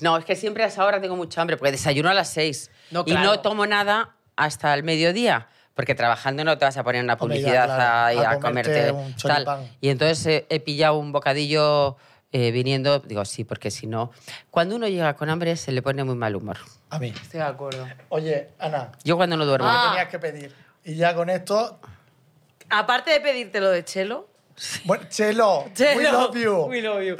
D: No, es que siempre a esa hora tengo mucha hambre, porque desayuno a las seis.
C: No,
D: Y no
C: claro.
D: tomo nada hasta el mediodía, porque trabajando no te vas a poner una
B: Hombre, ya,
D: publicidad
B: claro,
D: ahí
B: a
D: a,
B: comerte
D: comerte,
B: un
D: tal.
B: choripán.
D: Y entonces eh, he pillado un bocadillo eh, viniendo. Digo, sí, porque si no... Cuando uno llega con hambre se le pone muy mal humor.
B: A mí.
C: Estoy de acuerdo.
B: Oye, Ana,
D: Yo cuando no duermo...
C: Ah.
B: tenías que pedir. Y ya con esto,
C: Aparte de pedirte lo de Chelo,
B: bueno, Chelo, we
C: Chelo,
B: love you.
C: we love you.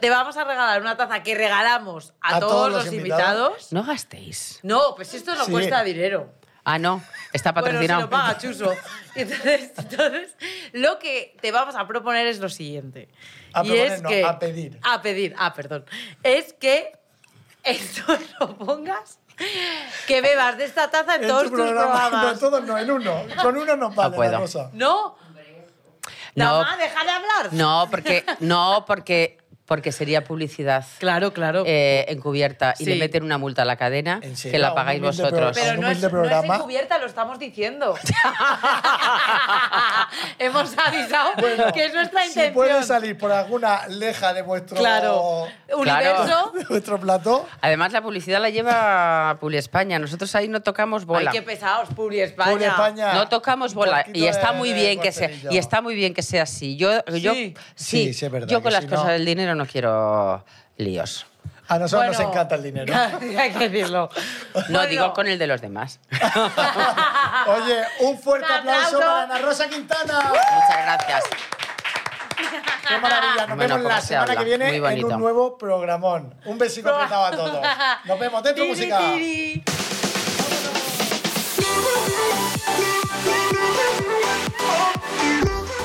C: Te vamos a regalar una taza que regalamos a, todos, los, invitados.
D: No gastéis.
C: No, pues esto no
B: Sí.
C: cuesta dinero.
D: Ah, no, está
C: Bueno, si
D: patrocinado.
C: lo paga Chuso. Entonces, entonces, lo que te vamos a proponer es lo siguiente.
B: A
C: y
B: proponer,
C: es
B: no,
C: que,
B: a pedir.
C: A pedir, ah, perdón. Es que esto lo pongas, que bebas de esta taza en,
B: En
C: todos
B: tu
C: tus
B: programa,
C: programas.
B: no, todos no, en uno. Con uno no vale
D: puedo.
B: la cosa.
C: No,
D: No,
C: Dama, deja de hablar.
D: no, porque, no porque, porque sería publicidad
C: Claro, claro.
D: eh, encubierta y
C: Oh. Sí.
D: le meten una multa a la cadena
B: ¿En serio?
D: que
B: A
D: la
B: un
D: pagáis
B: humilde
D: vosotros.
B: programa.
C: Pero
B: un
C: no es,
B: humilde
C: no es
B: programa.
C: encubierta, lo estamos diciendo. Hemos avisado
B: Bueno,
C: que es nuestra
B: Si
C: intención.
B: puede salir por alguna leja de vuestro,
C: Claro. Universo.
B: de vuestro plató,
D: Además, la publicidad la lleva Publi España. Nosotros ahí no tocamos bola.
C: Ay, qué pesados, Puri España.
B: por España.
D: No tocamos
B: un
D: bola
B: poquito
D: y está
B: de-
D: muy
B: de
D: bien que sea
B: guartelillo.
D: y está muy bien que sea así. Yo yo
C: Sí.
B: Sí, sí, es verdad
D: Yo con
B: que
D: las
B: si
D: cosas
B: no-
D: del dinero no quiero líos.
B: A nosotros
C: Bueno.
B: nos encanta el dinero.
C: Hay que decirlo.
D: No
C: Bueno,
D: digo con el de los demás.
B: Oye, un fuerte
C: Un
B: aplauso,
C: aplauso.
B: para Ana Rosa Quintana.
D: Muchas gracias.
B: Qué maravilla. Nos
D: Bueno,
B: vemos
D: ¿cómo
B: la
D: se
B: semana
D: habla?
B: que viene
D: Muy
B: en
D: bonito.
B: un nuevo programón. Un besito apretado a todos. Nos vemos dentro
C: Tiri,
B: música.
C: tiri.